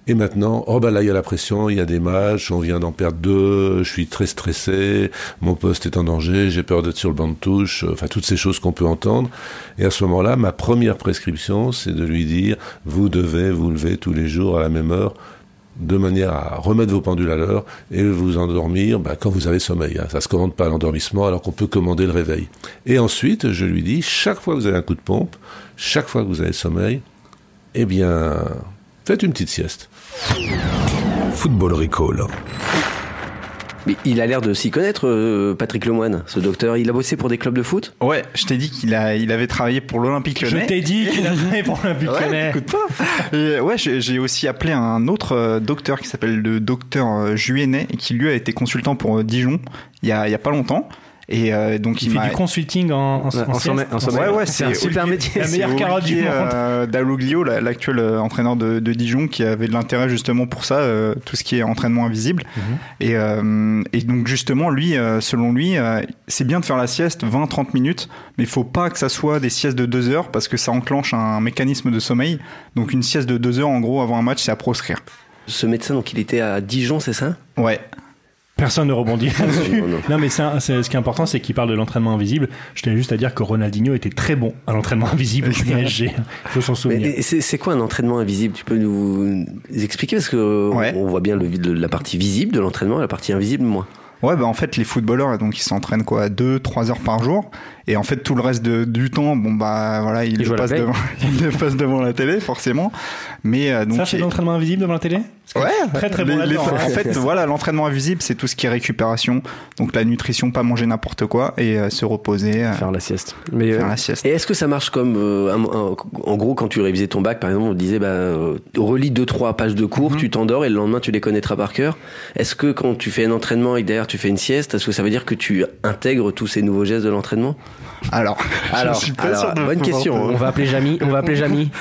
D: Et maintenant, oh bah là, il y a la pression, il y a des matchs, on vient d'en perdre deux, je suis très stressé, mon poste est en danger, j'ai peur d'être sur le banc de touche, euh, enfin toutes ces choses qu'on peut entendre. Et à ce moment-là, ma première prescription, c'est de lui dire, vous devez vous lever tous les jours à la même heure, de manière à remettre vos pendules à l'heure et vous endormir bah, quand vous avez sommeil. hein. Ça se commande pas à l'endormissement alors qu'on peut commander le réveil. Et ensuite, je lui dis, chaque fois que vous avez un coup de pompe, chaque fois que vous avez sommeil, eh bien, faites une petite sieste.
C: Football Recall.
B: Mais il a l'air de s'y connaître, euh, Patrick Lemoine, ce docteur. Il a bossé pour des clubs de foot
H: Ouais, je t'ai dit qu'il a, il avait travaillé pour l'Olympique
A: Je
H: lyonnais.
A: t'ai dit qu'il a fait pour la Buccaneer.
H: Et ouais, j'ai j'ai aussi appelé un autre euh, docteur qui s'appelle le docteur euh, Juénet et qui lui a été consultant pour euh, Dijon il y a, il y a pas longtemps. Et euh, donc,
A: Il fait
H: m'a-
A: du consulting en, en, en
I: En
A: sieste.
I: sommeil- en sommeil.
H: Ouais, ouais,
I: c'est un
H: c'est
I: super métier.
A: la
H: C'est
A: meilleure carotte du
H: Olivier,
A: monde.
H: euh, Dalloglio, la- l'actuel euh, entraîneur de, de Dijon, qui avait de l'intérêt justement pour ça, euh, tout ce qui est entraînement invisible.
A: Mm-hmm.
H: et, euh, et donc justement, lui, euh, selon lui, euh, c'est bien de faire la sieste 20-30 minutes, mais il faut pas que ça soit des siestes de 2 heures parce que ça enclenche un mécanisme de sommeil. Donc une sieste de 2 heures, en gros, avant un match, c'est à proscrire.
B: Ce médecin, donc il était à Dijon, c'est ça
H: Ouais.
A: Personne ne rebondit là-dessus.
B: Non, non.
A: Non, mais c'est un- c'est- ce qui est important, c'est qu'il parle de l'entraînement invisible. Je tenais juste à dire que Ronaldinho était très bon à l'entraînement invisible au PSG. Il faut s'en
B: Mais
A: souvenir.
B: et c'est c'est quoi un entraînement invisible Tu peux nous expliquer Parce que euh,
H: Ouais.
B: on voit bien le, le- la partie visible de l'entraînement et la partie invisible, moins.
H: Ouais, bah en fait, les footballeurs, donc ils s'entraînent quoi, 2-3 heures par jour. Et en fait, tout le reste de- du temps, bon bah voilà, ils,
I: jouent
H: le
I: à la
H: passent
I: play.
H: devant, ils le passent devant la télé, forcément. Mais euh, donc.
A: Ça, c'est
H: et-
A: l'entraînement invisible devant la télé
H: Ouais,
A: Très, très bon
H: Les- les-
A: là-dedans, hein.
H: En fait, voilà, l'entraînement invisible, c'est tout ce qui est récupération, donc la nutrition, pas manger n'importe quoi et euh, se reposer, euh, faire,
I: Faire la sieste. Mais euh,
H: la sieste.
B: Et est-ce que ça marche comme, euh, un- un- en gros, quand tu révisais ton bac, par exemple, on te disait, bah, euh, relis deux trois pages de cours,
H: Mm-hmm.
B: tu t'endors et le lendemain tu les connaîtras par cœur. Est-ce que quand tu fais un entraînement et que derrière tu fais une sieste, est-ce que ça veut dire que tu intègres tous ces nouveaux gestes de l'entraînement
H: Alors,
B: Alors,
H: je suis pas
B: alors,
H: sûr de
B: bonne
H: pouvoir
B: question, hein.
H: te-
I: on va appeler Jamy. On va appeler Jamy.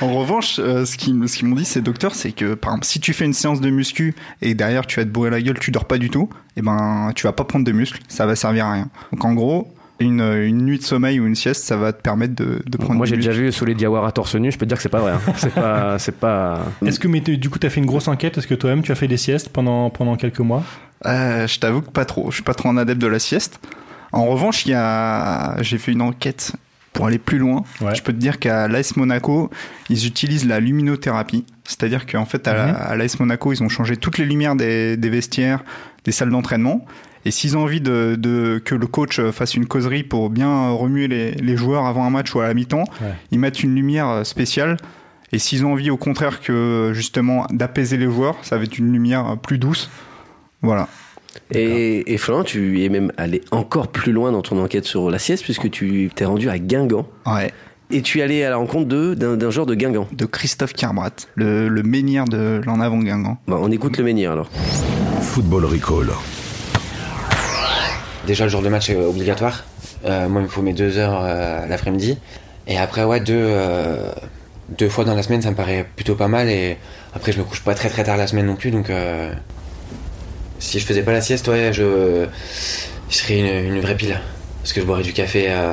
H: En revanche, euh, ce qu'ils ce qu'ils m'ont dit, ces docteurs, c'est que par exemple, si tu fais une séance de muscu et derrière tu vas te bourrer la gueule, tu dors pas du tout, et ben tu vas pas prendre de muscles, ça va servir à rien. Donc en gros, une, une nuit de sommeil ou une sieste, ça va te permettre de, de prendre.
I: Moi,
H: des
I: j'ai déjà
H: muscles.
I: vu Souley Diawara torse nu. Je peux te dire que c'est pas vrai. hein. C'est pas. C'est pas.
A: Est-ce que, mais t'es- du coup, t'as fait une grosse enquête Est-ce que toi-même, tu as fait des siestes pendant, pendant quelques mois
H: Euh, je t'avoue que pas trop. Je suis pas trop un adepte de la sieste. En revanche, il y a, j'ai fait une enquête pour aller plus loin.
A: Ouais.
H: Je peux te dire qu'à l'AS Monaco, ils utilisent la luminothérapie. C'est-à-dire qu'en fait, à,
A: Mhm.
H: à l'AS Monaco, ils ont changé toutes les lumières des, des vestiaires, des salles d'entraînement. Et s'ils ont envie de, de- que le coach fasse une causerie pour bien remuer les, les joueurs avant un match ou à la mi-temps,
A: Ouais.
H: ils mettent une lumière euh, spéciale. Et s'ils ont envie, au contraire, que justement d'apaiser les joueurs, ça va être une lumière euh, plus douce. Voilà.
B: Et, et Florent, tu es même allé encore plus loin dans ton enquête sur la sieste puisque tu t'es rendu à Guingamp
H: Ouais.
B: et tu es allé à la rencontre de- d'un d'un joueur de Guingamp.
H: de Christophe Carbrat, le, le menhir de l'en avant Guingamp.
B: Bon, on écoute le menhir alors.
C: Football Recall.
J: Déjà le jour de match est obligatoire. Euh, moi, il me faut mes deux heures euh, l'après-midi. Et après, ouais, deux, euh, deux fois dans la semaine, ça me paraît plutôt pas mal. Et après, je me couche pas très très tard la semaine non plus. Donc, euh, si je faisais pas la sieste, ouais, je, je serais une, une vraie pile. Parce que je boirais du café à,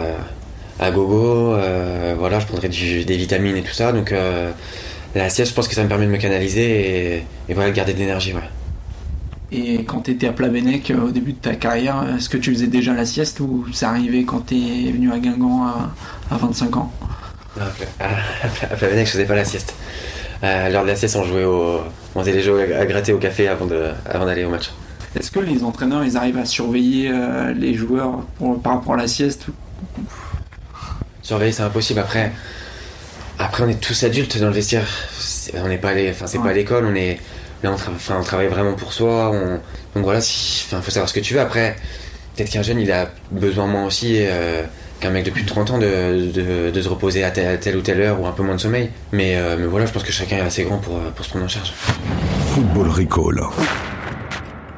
J: à gogo. euh, voilà, je prendrais du- des vitamines et tout ça. Donc, euh, la sieste, je pense que ça me permet de me canaliser et, et voilà, de garder de l'énergie, ouais.
K: Et quand tu étais à Plabennec euh, au début de ta carrière, est-ce que tu faisais déjà la sieste ou ça arrivait quand tu es venu à Guingamp à, à 25 ans
J: Non, à Pla- à Plavenec, je faisais pas la sieste. Euh, À l'heure de la sieste, on jouait au. On faisait les jeux à gratter au café avant de- avant d'aller au match.
K: Est-ce que les entraîneurs ils arrivent à surveiller euh, les joueurs pour- par rapport à la sieste
J: Surveiller, c'est impossible. Après, après, on est tous adultes dans le vestiaire. C'est- On n'est pas allé, enfin, c'est pas à l'école. On est là, on, tra- enfin, on travaille vraiment pour soi. on- donc voilà, si, enfin, faut savoir ce que tu veux. Après, peut-être qu'un jeune, il a besoin moins aussi euh, qu'un mec de plus de 30 ans de, de- de se reposer à telle, à telle ou telle heure ou un peu moins de sommeil. Mais, euh, mais voilà, je pense que chacun est assez grand pour, euh, pour se prendre en charge.
C: Football Recall.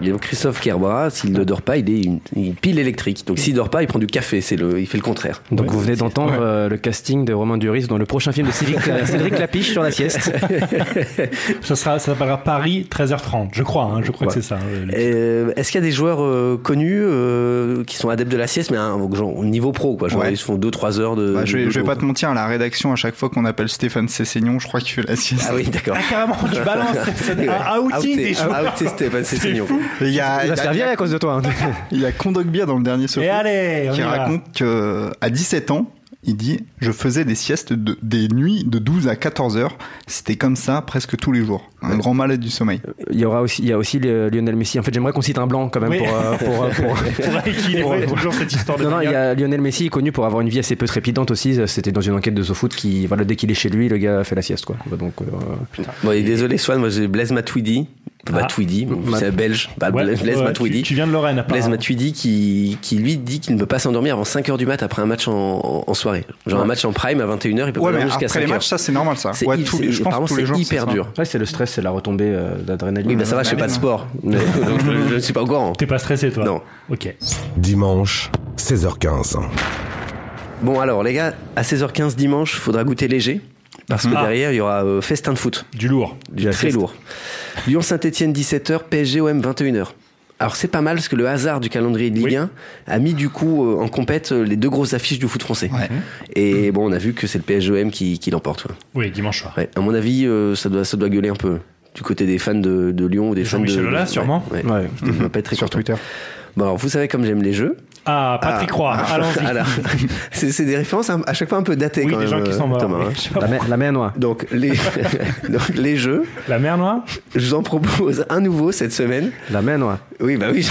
B: Il y a donc Christophe Kerbra, s'il ne dort pas, il est une, une pile électrique. Donc s'il dort pas, il prend du café, c'est le, il fait le contraire.
I: Donc vous venez d'entendre euh, le casting de Romain Duris dans le prochain film de Cédric, Cédric Lapiche sur la sieste.
A: Ça sera, ça s'appellera Paris 13h30, je crois. hein, je crois que c'est ça. euh, le-
B: Euh, Est-ce qu'il y a des joueurs euh, connus euh, qui sont adeptes de la sieste, mais à un genre, au niveau pro quoi, genre,
H: Ouais.
B: Ils se font 2-3 heures de.
H: Bah,
B: de-
H: je, vais,
B: de
H: je vais
B: boulot,
H: pas te
B: quoi.
H: mentir, à la rédaction, à chaque fois qu'on appelle Stéphane Cessignon, je crois qu'il fait la sieste.
B: Ah oui, d'accord.
A: Ah, carrément, tu balances.
H: Ah,
A: c'est un outing
B: Outé-
A: des joueurs.
B: outé Stéphane Cessignon.
H: Et Il y a, il
I: Il
H: y
I: va
H: a-
I: se faire virer à cause de toi. hein.
H: il y a Kondogbia dans le dernier Sophie
A: Et allez, on y
H: qui
A: va.
H: raconte que à 17 ans, il dit Je faisais des siestes de- des nuits de 12 à 14 heures. C'était comme ça presque tous les jours. Un grand malade du sommeil.
I: Il y aura aussi, il y a aussi le- Lionel Messi. En fait, j'aimerais qu'on cite un blanc quand même
A: Oui.
I: pour, euh, pour, euh, pour-
A: Pour équilibrer toujours cette histoire de
I: Non, non, il y
A: bagarre.
I: a Lionel Messi connu pour avoir une vie assez peu trépidante aussi. C'était dans une enquête de SoFoot qui, voilà, dès qu'il est chez lui, le gars fait la sieste quoi. Donc euh,
B: Bon, et désolé Swan, moi j'ai Blaise Matuidi Matuidi,
A: Ma-
B: c'est belge, bah,
A: Ouais,
B: Blaise
A: ouais,
B: Matuidi.
A: tu- tu viens hein. de Lorraine, apparemment.
B: Blaise Matuidi qui, qui lui dit qu'il ne peut pas s'endormir avant 5h du mat après un match en, en- en soirée. Genre
H: Ouais.
B: un match en prime à 21h, il peut
H: Ouais,
B: pas
H: mais
B: dormir jusqu'à 5h.
H: après les matchs, ça c'est normal ça.
B: C'est
H: Ouais,
B: hy-
H: tous les-
B: c'est-
H: je pense
B: apparemment,
H: tous les
B: c'est
H: jours, c'est
B: hyper
H: ça.
B: dur.
I: Ouais, c'est le stress, c'est la retombée euh, d'adrénaline.
B: Oui, bah ça va, je fais pas de sport. Donc je, je ne suis pas au courant.
A: T'es pas stressé, toi
B: Non.
A: Ok.
C: Dimanche, 16h15.
B: Bon, alors les gars, à 16h15 dimanche, faudra goûter léger. Parce que
A: Ah.
B: derrière, il y aura euh, festin de foot.
A: Du lourd.
B: Du très lourd. Lyon-Saint-Etienne 17h, PSG-OM 21h. Alors c'est pas mal parce que le hasard du calendrier de Ligue 1 a mis du coup euh, en compète euh, les deux grosses affiches du foot français. Et bon, on a vu que c'est le PSG-OM qui, qui l'emporte. ouais.
A: Oui, dimanche soir.
B: Ouais, à mon avis, euh, ça, doit, ça doit gueuler un peu du côté des fans de, de Lyon ou des fans de.
A: Jean-Michel Aulas,
B: ouais,
A: sûrement.
B: ouais. Je dois pas être très Sur Twitter. Bon, alors, vous savez, comme j'aime les jeux.
A: Ah, Patrick Roy, allons-y.
B: alors, c'est, c'est des références à, à chaque fois un peu datées
A: Oui,
B: quand
A: des gens
B: même,
A: qui
B: euh,
A: sont morts,
B: Thomas,
A: oui.
B: hein.
A: Je sais pas La mer-
I: noire.
B: Donc les, donc les jeux.
A: La mer noire
B: Je vous en propose un nouveau cette semaine.
I: La mer noire.
B: Oui, bah oui.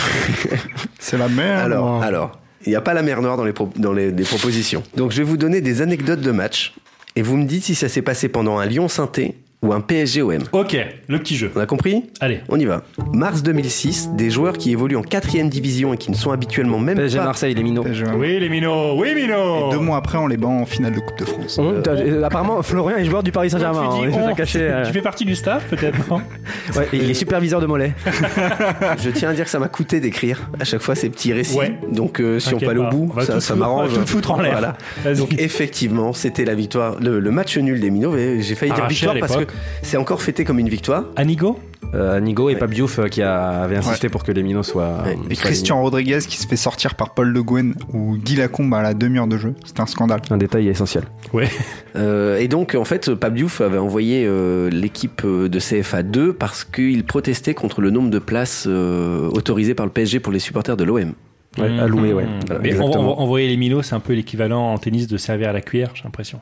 H: c'est la mer
B: Alors, alors, il n'y a pas la mer noire dans, les, pro- dans les, les propositions. Donc je vais vous donner des anecdotes de match et vous me dites si ça s'est passé pendant un Lyon Synthé ou un PSG-OM.
A: Ok, le petit jeu.
B: On a compris
A: Allez.
B: On y va. Mars 2006, des joueurs qui évoluent en 4 division et qui ne sont habituellement même
I: PSG
B: pas...
I: Marseille, les minots.
A: Oui, les minots, oui, minots
H: Deux mois après, on les bat en finale de Coupe de France.
I: On- t'as- euh, apparemment, Florian est joueur du Paris Saint-Germain.
A: Tu
I: hein,
A: dis,
I: il faut pas
A: oh,
I: cacher, euh,
A: tu fais partie du staff, peut-être non
I: ouais, Il est superviseur de Mollet.
B: Je tiens à dire que ça m'a coûté d'écrire à chaque fois ces petits récits.
A: Ouais.
B: Donc euh, si on
A: T'inquiète
B: pas au
A: pas,
B: bout,
A: on va
B: ça,
A: tout
B: ça
A: foutre-
B: m'arrange.
A: on va tout foutre en l'air.
B: Voilà.
A: Vas-y.
B: Donc effectivement, c'était la victoire, le, le match nul des Minots. mais J'ai failli dire
A: Arraché
B: victoire
A: à
B: parce que
A: l'époque.
B: c'est encore fêté comme une victoire.
A: Anigo
I: Euh, Nigo et Pabiouf euh, qui a- avait insisté pour que les minots soient. soient
H: Et Christian Rodriguez qui se fait sortir par Paul Le Guen ou Guy Lacombe à la demi-heure de jeu. C'était un scandale.
I: Un détail essentiel.
A: Ouais.
B: Euh, et donc en fait, Pabdiouf avait envoyé euh, l'équipe euh, de CFA 2 parce qu'il protestait contre le nombre de places euh, autorisées par le PSG pour les supporters de l'OM.
I: Ouais, alloué, ouais. Voilà,
A: Hmm. Mais
I: exactement.
A: on- on- envoyer les minots, c'est un peu l'équivalent en tennis de servir à la cuillère, j'ai l'impression.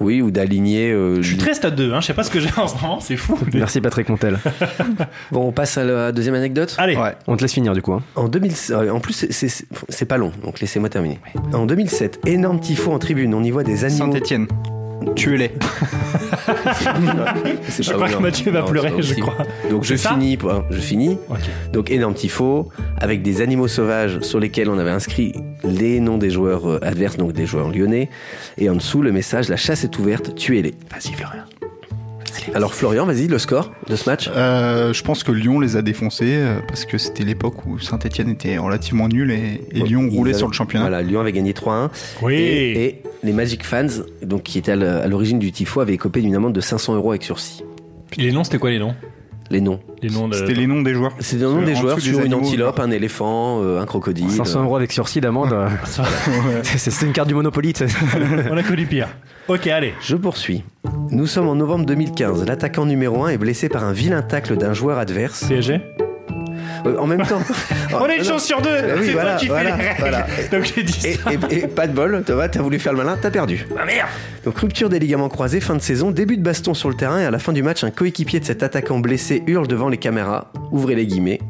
B: Oui, ou d'aligner. euh,
A: Je suis très stade 2, hein, je sais pas ce que j'ai en ce moment, c'est fou.
I: Merci Patrick Montel.
B: Bon, on passe à la deuxième anecdote.
A: Allez,
I: On te laisse finir du coup. hein.
B: En 2000, euh, en plus c'est- c'est c'est pas long, donc laissez-moi terminer. En 2007, énorme tifo en tribune, on y voit des animaux.
H: Saint-Etienne. Tuez-les.
B: C'est
A: je
B: pas
A: crois
B: vrai,
A: que
B: non.
A: Mathieu va
B: Non,
A: pleurer,
B: c'est pas
A: je
B: possible.
A: crois.
B: Donc je
A: C'est ça
B: finis, hein, je finis.
A: Ok.
B: Donc énorme tifo avec des animaux sauvages sur lesquels on avait inscrit les noms des joueurs euh, adverses, donc des joueurs lyonnais, et en dessous le message la chasse est ouverte, tuez-les.
A: Vas-y, Florian.
B: Alors Florian, vas-y le score de ce match.
H: Euh, je pense que Lyon les a défoncés euh, parce que c'était l'époque où Saint-Etienne était relativement nul et, et Lyon
B: Ils
H: roulait
B: avaient-
H: sur le championnat.
B: Voilà, Lyon avait gagné 3-1.
A: Oui.
B: Et, et les Magic Fans, donc qui étaient à l'- à l'origine du tifo, avaient écopé d'une amende de 500 euros avec sursis.
A: Les noms, c'était quoi les noms
B: Les noms.
A: Les noms de...
H: C'était les noms des joueurs.
B: C'est le nom
H: Euh,
B: des
H: en
B: joueurs
H: dessous des
B: sur une
H: animaux.
B: antilope, un éléphant, euh, un crocodile.
I: 500 euros avec sursis d'amende. euh, c'est- c'est c'est une carte du Monopoly. tu sais.
A: On a connu pire. Ok, allez.
B: Je poursuis. Nous sommes en novembre 2015. L'attaquant numéro 1 est blessé par un vilain tacle d'un joueur adverse.
A: PSG
B: Euh, en même temps. Oh,
A: On
B: Non,
A: est une
B: non.
A: chance sur deux
B: Ah oui,
A: C'est
B: voilà,
A: toi qui fais
B: voilà,
A: les règles
B: voilà. Eh,
A: Donc j'ai dit
B: Et,
A: ça
B: et- et pas de bol, Thomas, t'as voulu faire le malin, t'as perdu.
A: Ah merde
B: Donc rupture des ligaments croisés, fin de saison, début de baston sur le terrain et à la fin du match, un coéquipier de cet attaquant blessé hurle devant les caméras. Ouvrez les guillemets.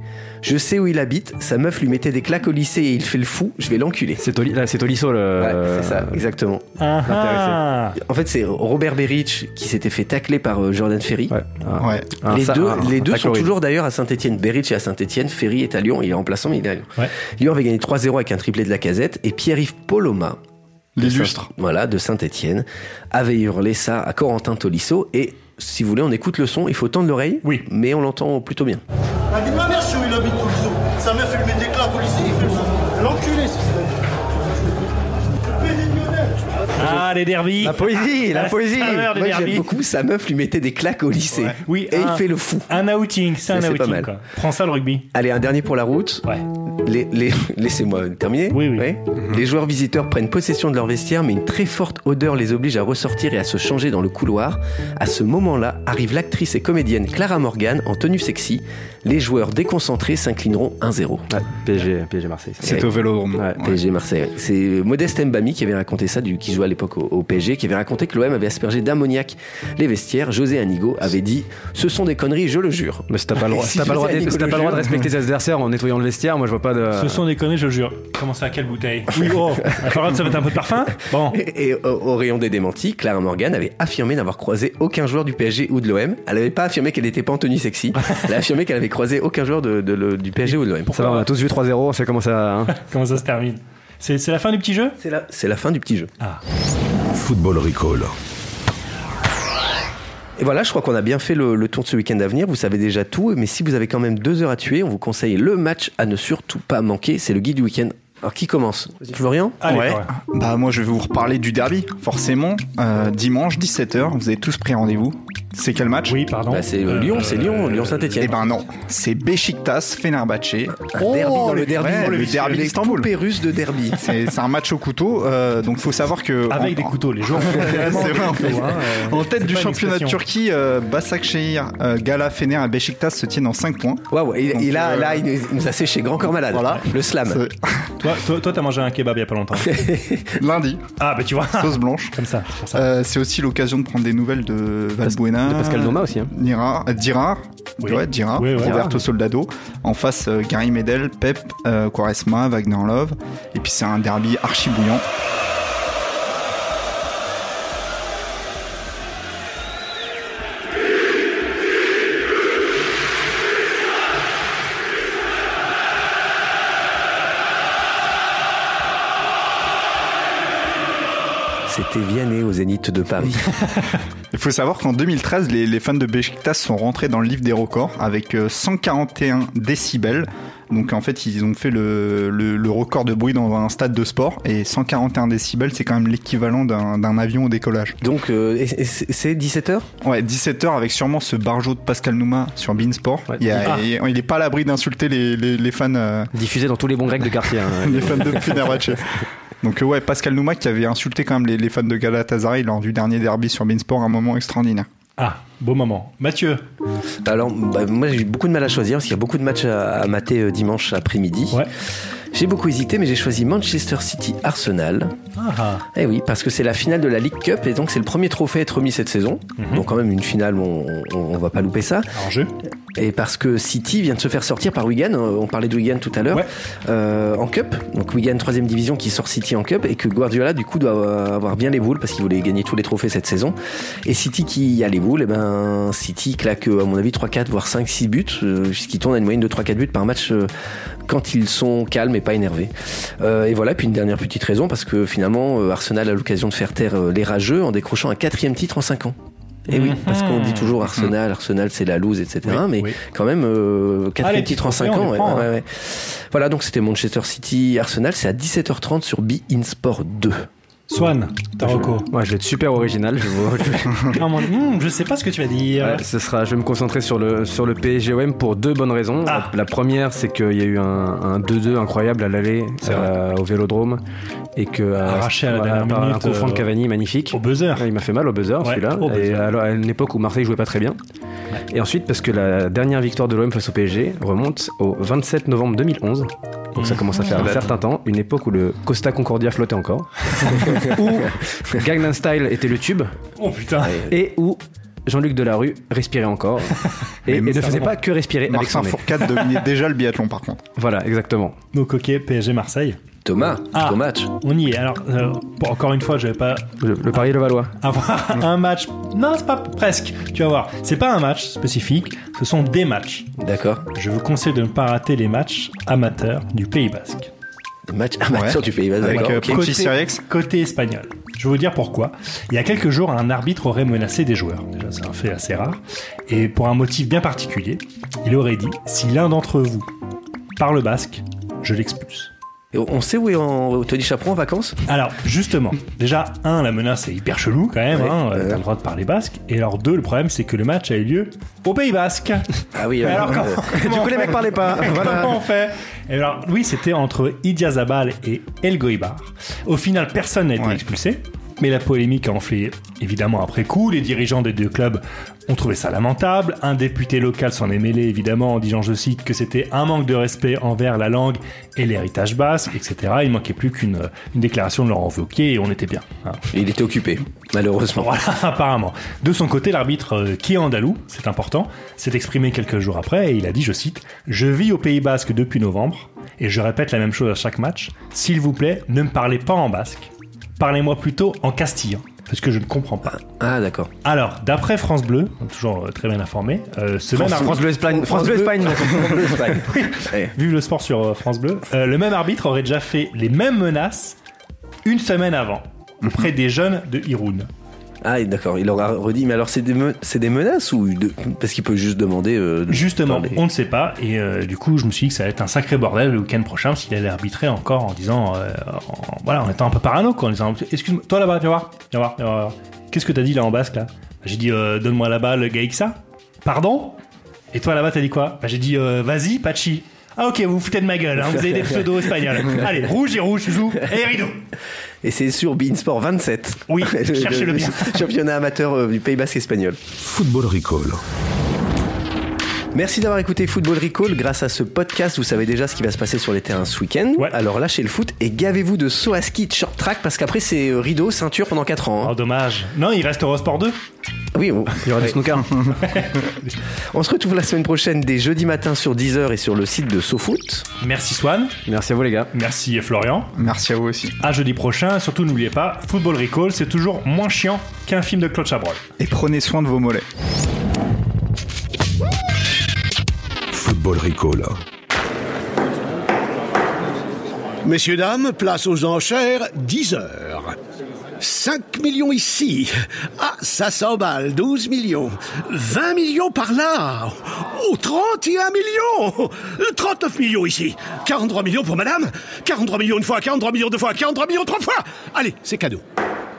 B: Je sais où il habite, sa meuf lui mettait des claques au lycée et il fait le fou, je vais l'enculer.
I: C'est Toli- là, c'est Tolisso le.
B: Ouais, c'est ça, exactement.
A: Ah, ah.
B: En fait, c'est Robert Berich qui s'était fait tacler par euh, Jordan Ferry.
I: Ouais. Ah.
H: Ouais.
I: Ah,
B: les
I: ça,
B: deux,
I: un-
B: les
I: un
B: deux
I: tacle
B: sont
I: horrible.
B: toujours d'ailleurs à Saint-Etienne. Berich est à Saint-Etienne, Ferry est à Lyon, il est remplaçant, mais il est à Lyon.
A: Ouais.
B: Lyon avait gagné 3-0 avec un triplé de la casette et Pierre-Yves Poloma,
H: L'illustre.
B: voilà, de Saint-Etienne, avait hurlé ça à Corentin Tolisso et si vous voulez, on écoute le son, il faut tendre l'oreille,
A: Oui.
B: mais on l'entend plutôt bien.
L: La vie de ma mère, je suis où il habite tout le zoo. Sa mère fait le mettre des claques au lycée, il fait le zoo. L'enculé, ce c'est
A: Ah, les derbies
I: La poésie, la poésie.
A: Ah, saveur des
B: Moi, j'aime
A: derbies.
B: beaucoup, sa meuf lui mettait des claques au lycée.
A: Oui, ah.
B: et
A: un-
B: il fait le fou.
A: Un outing, c'est un
B: C'est pas
A: outing
B: mal.
A: quoi. Prends ça le rugby.
B: Allez, un dernier pour la route.
A: Ouais.
B: Les- les- Laissez-moi terminer.
A: Oui, oui.
B: Ouais.
I: Mhm.
B: Les joueurs visiteurs prennent possession de leur vestiaire, mais une très forte odeur les oblige à ressortir et à se changer dans le couloir. À ce moment-là, arrive l'actrice et comédienne Clara Morgan en tenue sexy. Les joueurs déconcentrés s'inclineront 1-0.
I: Ah, PSG, Marseille.
B: Ouais. Ouais, PSG Marseille. ouais. C'est Modeste Mbami qui avait raconté ça, du, qui jouait à l'époque au, au PSG, qui avait raconté que l'OM avait aspergé d'ammoniac les vestiaires. José Anigo avait dit Ce sont des conneries, je le jure.
I: Mais t'as pas le droit,
B: Si
I: t'as pas le droit
B: José
I: de-
B: Anigo
I: t'as
B: le
I: pas le droit de
B: jure.
I: respecter tes adversaires en nettoyant le vestiaire. Moi, je vois pas de.
A: Ce sont des conneries, je le jure. Comment ça, quelle bouteille Oui, oh, alors ça va être un peu de parfum Bon.
B: Et, et au, au rayon des démentis, Clara Morgan avait affirmé n'avoir croisé aucun joueur du PSG ou de l'OM. Elle n'avait pas affirmé qu'elle n'était pas en tenue sexy. Elle a affirmé qu'elle avait croisé aucun joueur de, de le- du PSG ou de l'OM.
I: Ça va, on a tous vu 3-0, on sait comment ça. hein.
A: Comment ça se termine C'est c'est la fin du petit jeu
B: C'est la, c'est la fin du petit jeu.
C: Football Recall.
B: Et voilà, je crois qu'on a bien fait le, le tour de ce week-end à venir. Vous savez déjà tout, mais si vous avez quand même deux heures à tuer, on vous conseille le match à ne surtout pas manquer. C'est le guide du week-end. Alors qui commence Florian
H: ouais. Bah moi je vais vous reparler du derby, forcément. Euh, dimanche 17h, vous avez tous pris rendez-vous. C'est quel match
A: Oui, pardon. Euh,
B: Bah, c'est Lyon, c'est Lyon, Lyon Saint-Etienne.
H: Eh ben non, c'est Besiktas Fenerbahçe.
B: Un derby dans le
H: les-
B: derby.
H: ouais,
B: Les
H: le derby d'Istanbul.
B: poupées russes de derby.
H: C'est c'est un match au couteau, euh, donc faut savoir que
A: Avec des couteaux, les joueurs.
H: C'est vrai,
A: Vraiment,
H: en,
A: des
H: fait.
A: couteaux, hein, euh,
H: En
A: c'est
H: tête du
A: pas une
H: championnat de
A: expression.
H: Turquie, euh, Başakşehir, euh, Gala, Fener et Besiktas se tiennent en 5 points.
B: Waouh, et,
H: Donc,
B: et là,
H: euh,
B: là, il nous- il nous a séché grand corps malade.
H: Voilà.
B: Le
A: Ah bah.
B: slam.
A: Toi, toi, toi, t'as mangé un kebab il y a pas longtemps.
H: Lundi,
A: Ah, bah tu vois.
H: sauce blanche.
A: Comme ça. c'est pour ça.
H: Euh, c'est aussi l'occasion de prendre des nouvelles de Valbuena,
I: de Pascal Noma aussi, hein.
H: Nira- euh, Dirard,
A: Oui.
H: ouais, Dirard,
A: Oui, ouais.
H: Roberto Soldado. En face, euh, Gary Medel, Pep, euh, Quaresma, Wagner Love. Et puis c'est un derby archi bouillant.
B: C'était Vianney au Zénith de Paris.
H: Il faut savoir qu'en 2013, les, les fans de Beşiktaş sont rentrés dans le livre des records avec euh, 141 décibels. Donc en fait, ils ont fait le, le- le record de bruit dans un stade de sport. Et 141 décibels, c'est quand même l'équivalent d'un d'un avion au décollage.
B: Donc, euh, et- et c'est c'est 17h
H: Ouais, 17h avec sûrement ce barjot de Pascal Nouma sur Beansport. Il, y a-
I: Ah.
H: il- il est pas à l'abri d'insulter les, les- les fans, euh,
I: Diffusé dans tous les bons grecs de quartier. hein.
H: les fans de Fenerbahçe. Donc euh, ouais, Pascal Nouma qui avait insulté quand même les, les fans de Galatasaray lors du dernier derby sur Beansport, un moment extraordinaire.
A: Ah, beau moment. Mathieu,
B: Alors, bah, moi j'ai eu beaucoup de mal à choisir parce qu'il y a beaucoup de matchs à, à mater euh, dimanche après-midi.
A: Ouais.
B: J'ai beaucoup hésité, mais j'ai choisi Manchester City Arsenal.
A: Ah.
B: Eh oui, parce que c'est la finale de la League Cup et donc c'est le premier trophée à être remis cette saison.
I: Mhm.
B: Donc, quand même, une finale, on, on, on va pas louper ça.
A: en jeu.
B: Et parce que City vient de se faire sortir par Wigan, euh, on parlait de Wigan tout à l'heure,
A: Ouais.
B: euh, en Cup. Donc Wigan 3 division qui sort City en Cup et que Guardiola du coup doit euh, avoir bien les boules parce qu'il voulait gagner tous les trophées cette saison. Et City qui a les boules, et ben City claque euh, à mon avis 3-4 voire 5-6 buts, euh, ce qui tourne à une moyenne de 3-4 buts par match euh, quand ils sont calmes et pas énervés. Euh, et voilà, puis une dernière petite raison parce que finalement euh, Arsenal a l'occasion de faire taire euh, les rageux en décrochant un quatrième titre en 5 ans. Et oui, parce qu'on dit toujours Arsenal, Arsenal c'est la loose, etc.
A: Mhm. Oui,
B: mais
A: oui.
B: quand même, euh,
A: Allez,
B: quatrième titre en
A: petit
B: 5
A: trophée, on
B: ans.
A: les
B: ouais,
A: prend,
B: ouais,
A: hein.
B: ouais. Voilà, donc c'était Manchester City Arsenal, c'est à 17h30 sur Be In Sport 2.
A: Swan, Taroko.
I: Ouais, je vais être super original. Je, vous- je-
A: Ah, mon- hmm, je sais pas ce que tu vas dire.
I: Ouais, ce sera, je vais me concentrer sur le, sur le PSGOM pour deux bonnes raisons.
A: Ah.
I: La, la première, c'est qu'il y a eu un, un 2-2 incroyable à l'aller
A: C'est vrai.
I: euh, au vélodrome. Et que, euh,
A: Arraché à la
I: voilà,
A: dernière
I: par
A: minute,
I: Un coup franc de
A: euh,
I: Cavani magnifique.
A: Au buzzer.
I: Ouais, Il m'a fait mal au buzzer
A: Ouais,
I: celui-là.
A: au
I: Et
A: buzzer.
I: alors, à une époque où Marseille jouait pas très bien. Et ensuite parce que la dernière victoire de l'OM face au PSG remonte au 27 novembre 2011. Donc ça commence à faire un certain temps, une époque où le Costa Concordia flottait encore, où Gangnam Style était le tube
A: Oh putain.
I: et où Jean-Luc Delarue respirait encore et, et
H: Mais
I: ne
H: ça
I: faisait
H: remonte.
I: pas que respirer avec son
H: Marcin
I: nez.
H: Fourcade dominait déjà le biathlon par contre.
I: Voilà, Ah, exactement.
A: Donc, ok, PSG Marseille.
B: Thomas,
A: Ah.
B: ton match.
A: On y est. Alors, euh, bon, encore une fois, je vais pas
I: Le, le Paris le Valois.
A: avoir un match. Non, c'est pas presque. Tu vas voir. C'est pas un match spécifique. Ce sont des matchs.
B: D'accord.
A: Je vous conseille de ne pas rater les matchs amateurs du Pays Basque.
B: Le match ah, bah, amateur
H: Ouais.
B: du Pays Basque.
H: Avec
B: d'accord,
H: euh,
B: ok.
H: Ponchi
A: Côté-
H: Sirex.
A: Côté espagnol. Je vais vous dire pourquoi. Il y a quelques jours, un arbitre aurait menacé des joueurs. Déjà, c'est un fait assez rare. Et pour un motif bien particulier, il aurait dit si l'un d'entre vous parle basque, je l'expulse.
B: Et on sait où est en- Tony Chaperon en vacances
A: Alors, justement, déjà, un, la menace est hyper chelou quand même,
B: Ouais,
A: hein,
B: ouais.
A: t'as le droit de parler basque. Et alors, deux, le problème, c'est que le match a eu lieu au Pays Basque.
B: Ah oui,
A: Mais
B: euh,
A: alors,
B: euh,
A: comment- comment on fait
I: pas.
A: Comment on fait Et alors, oui, c'était entre Idiazabal et El Goibar. Au final, personne n'a été
H: Ouais.
A: expulsé. mais la polémique a enflé évidemment après coup. Les dirigeants des deux clubs ont trouvé ça lamentable. Un député local s'en est mêlé évidemment en disant, je cite, que c'était un manque de respect envers la langue et l'héritage basque, etc. Il manquait plus qu'une euh, une déclaration de Laurent Wauquiez et on était bien. hein.
B: Il était occupé, malheureusement.
A: Voilà, apparemment. De son côté, l'arbitre euh, qui est andalou, c'est important, s'est exprimé quelques jours après et il a dit, je cite, Je vis au Pays Basque depuis novembre et je répète la même chose à chaque match. S'il vous plaît, ne me parlez pas en basque. Parlez-moi plutôt en castillan, parce que je ne comprends pas.
B: Ah, d'accord.
A: Alors, d'après France Bleu, toujours euh, très bien informé, euh, ce
M: France,
A: même
M: France Bleu Espagne. France Bleu Espagne.
A: Oui. Vive le sport sur euh, France Bleu. Euh, le même arbitre aurait déjà fait les mêmes menaces une semaine avant,
M: Mhm.
A: auprès des jeunes de Irun.
B: Ah, et d'accord, il aura redit, mais alors c'est des, me- c'est des menaces ou de- parce qu'il peut juste demander. euh, de
A: Justement,
B: parler.
A: on ne sait pas, et euh, du coup, je me suis dit que ça allait être un sacré bordel le week-end prochain s'il allait arbitrer encore en disant, euh, en- voilà, en étant un peu parano, quoi, en disant, excuse-moi, toi là-bas, viens voir, viens voir, viens voir, viens voir. qu'est-ce que t'as dit là en basque là J'ai dit, euh, donne-moi la balle, Gaïxa. Pardon Et toi là-bas, t'as dit quoi Bah, J'ai dit, euh, vas-y, Pachi. Ah ok, vous vous foutez de ma gueule, hein, vous avez des pseudos espagnols. Allez, rouge et rouge, zou, et rideau.
B: Et c'est sur Beansport 27.
A: Oui,
B: Le-
A: cherchez-le
B: le
A: bien.
B: Championnat amateur euh, du Pays Basque espagnol.
C: Football Recall.
B: Merci d'avoir écouté Football Recall. Grâce à ce podcast, vous savez déjà ce qui va se passer sur les terrains ce week-end. Alors lâchez le foot et gavez-vous de saut à ski, de short track, parce qu'après c'est euh, rideau, ceinture pendant 4 ans. hein.
A: Oh dommage. Non, il reste Eurosport 2. Ah.
B: Oui, on-
M: Il y aura des snooker.
B: on se retrouve la semaine prochaine dès jeudi matin sur 10h et sur le site de SoFoot.
A: Merci Swan.
M: Merci à vous les gars.
A: Merci Florian.
H: Merci à vous aussi.
A: À jeudi prochain, surtout n'oubliez pas, Football Recall, c'est toujours moins chiant qu'un film de Claude Chabrol.
H: Et prenez soin de vos mollets.
C: Football Recall.
D: Messieurs, dames, place aux enchères, 10 heures. 5 millions ici. Ah, ça s'emballe, 12 millions. 20 millions par là. Oh, 31 millions. 39 millions ici. 43 millions pour madame. 43 millions une fois, 43 millions deux fois, 43 millions trois fois. Allez, c'est cadeau.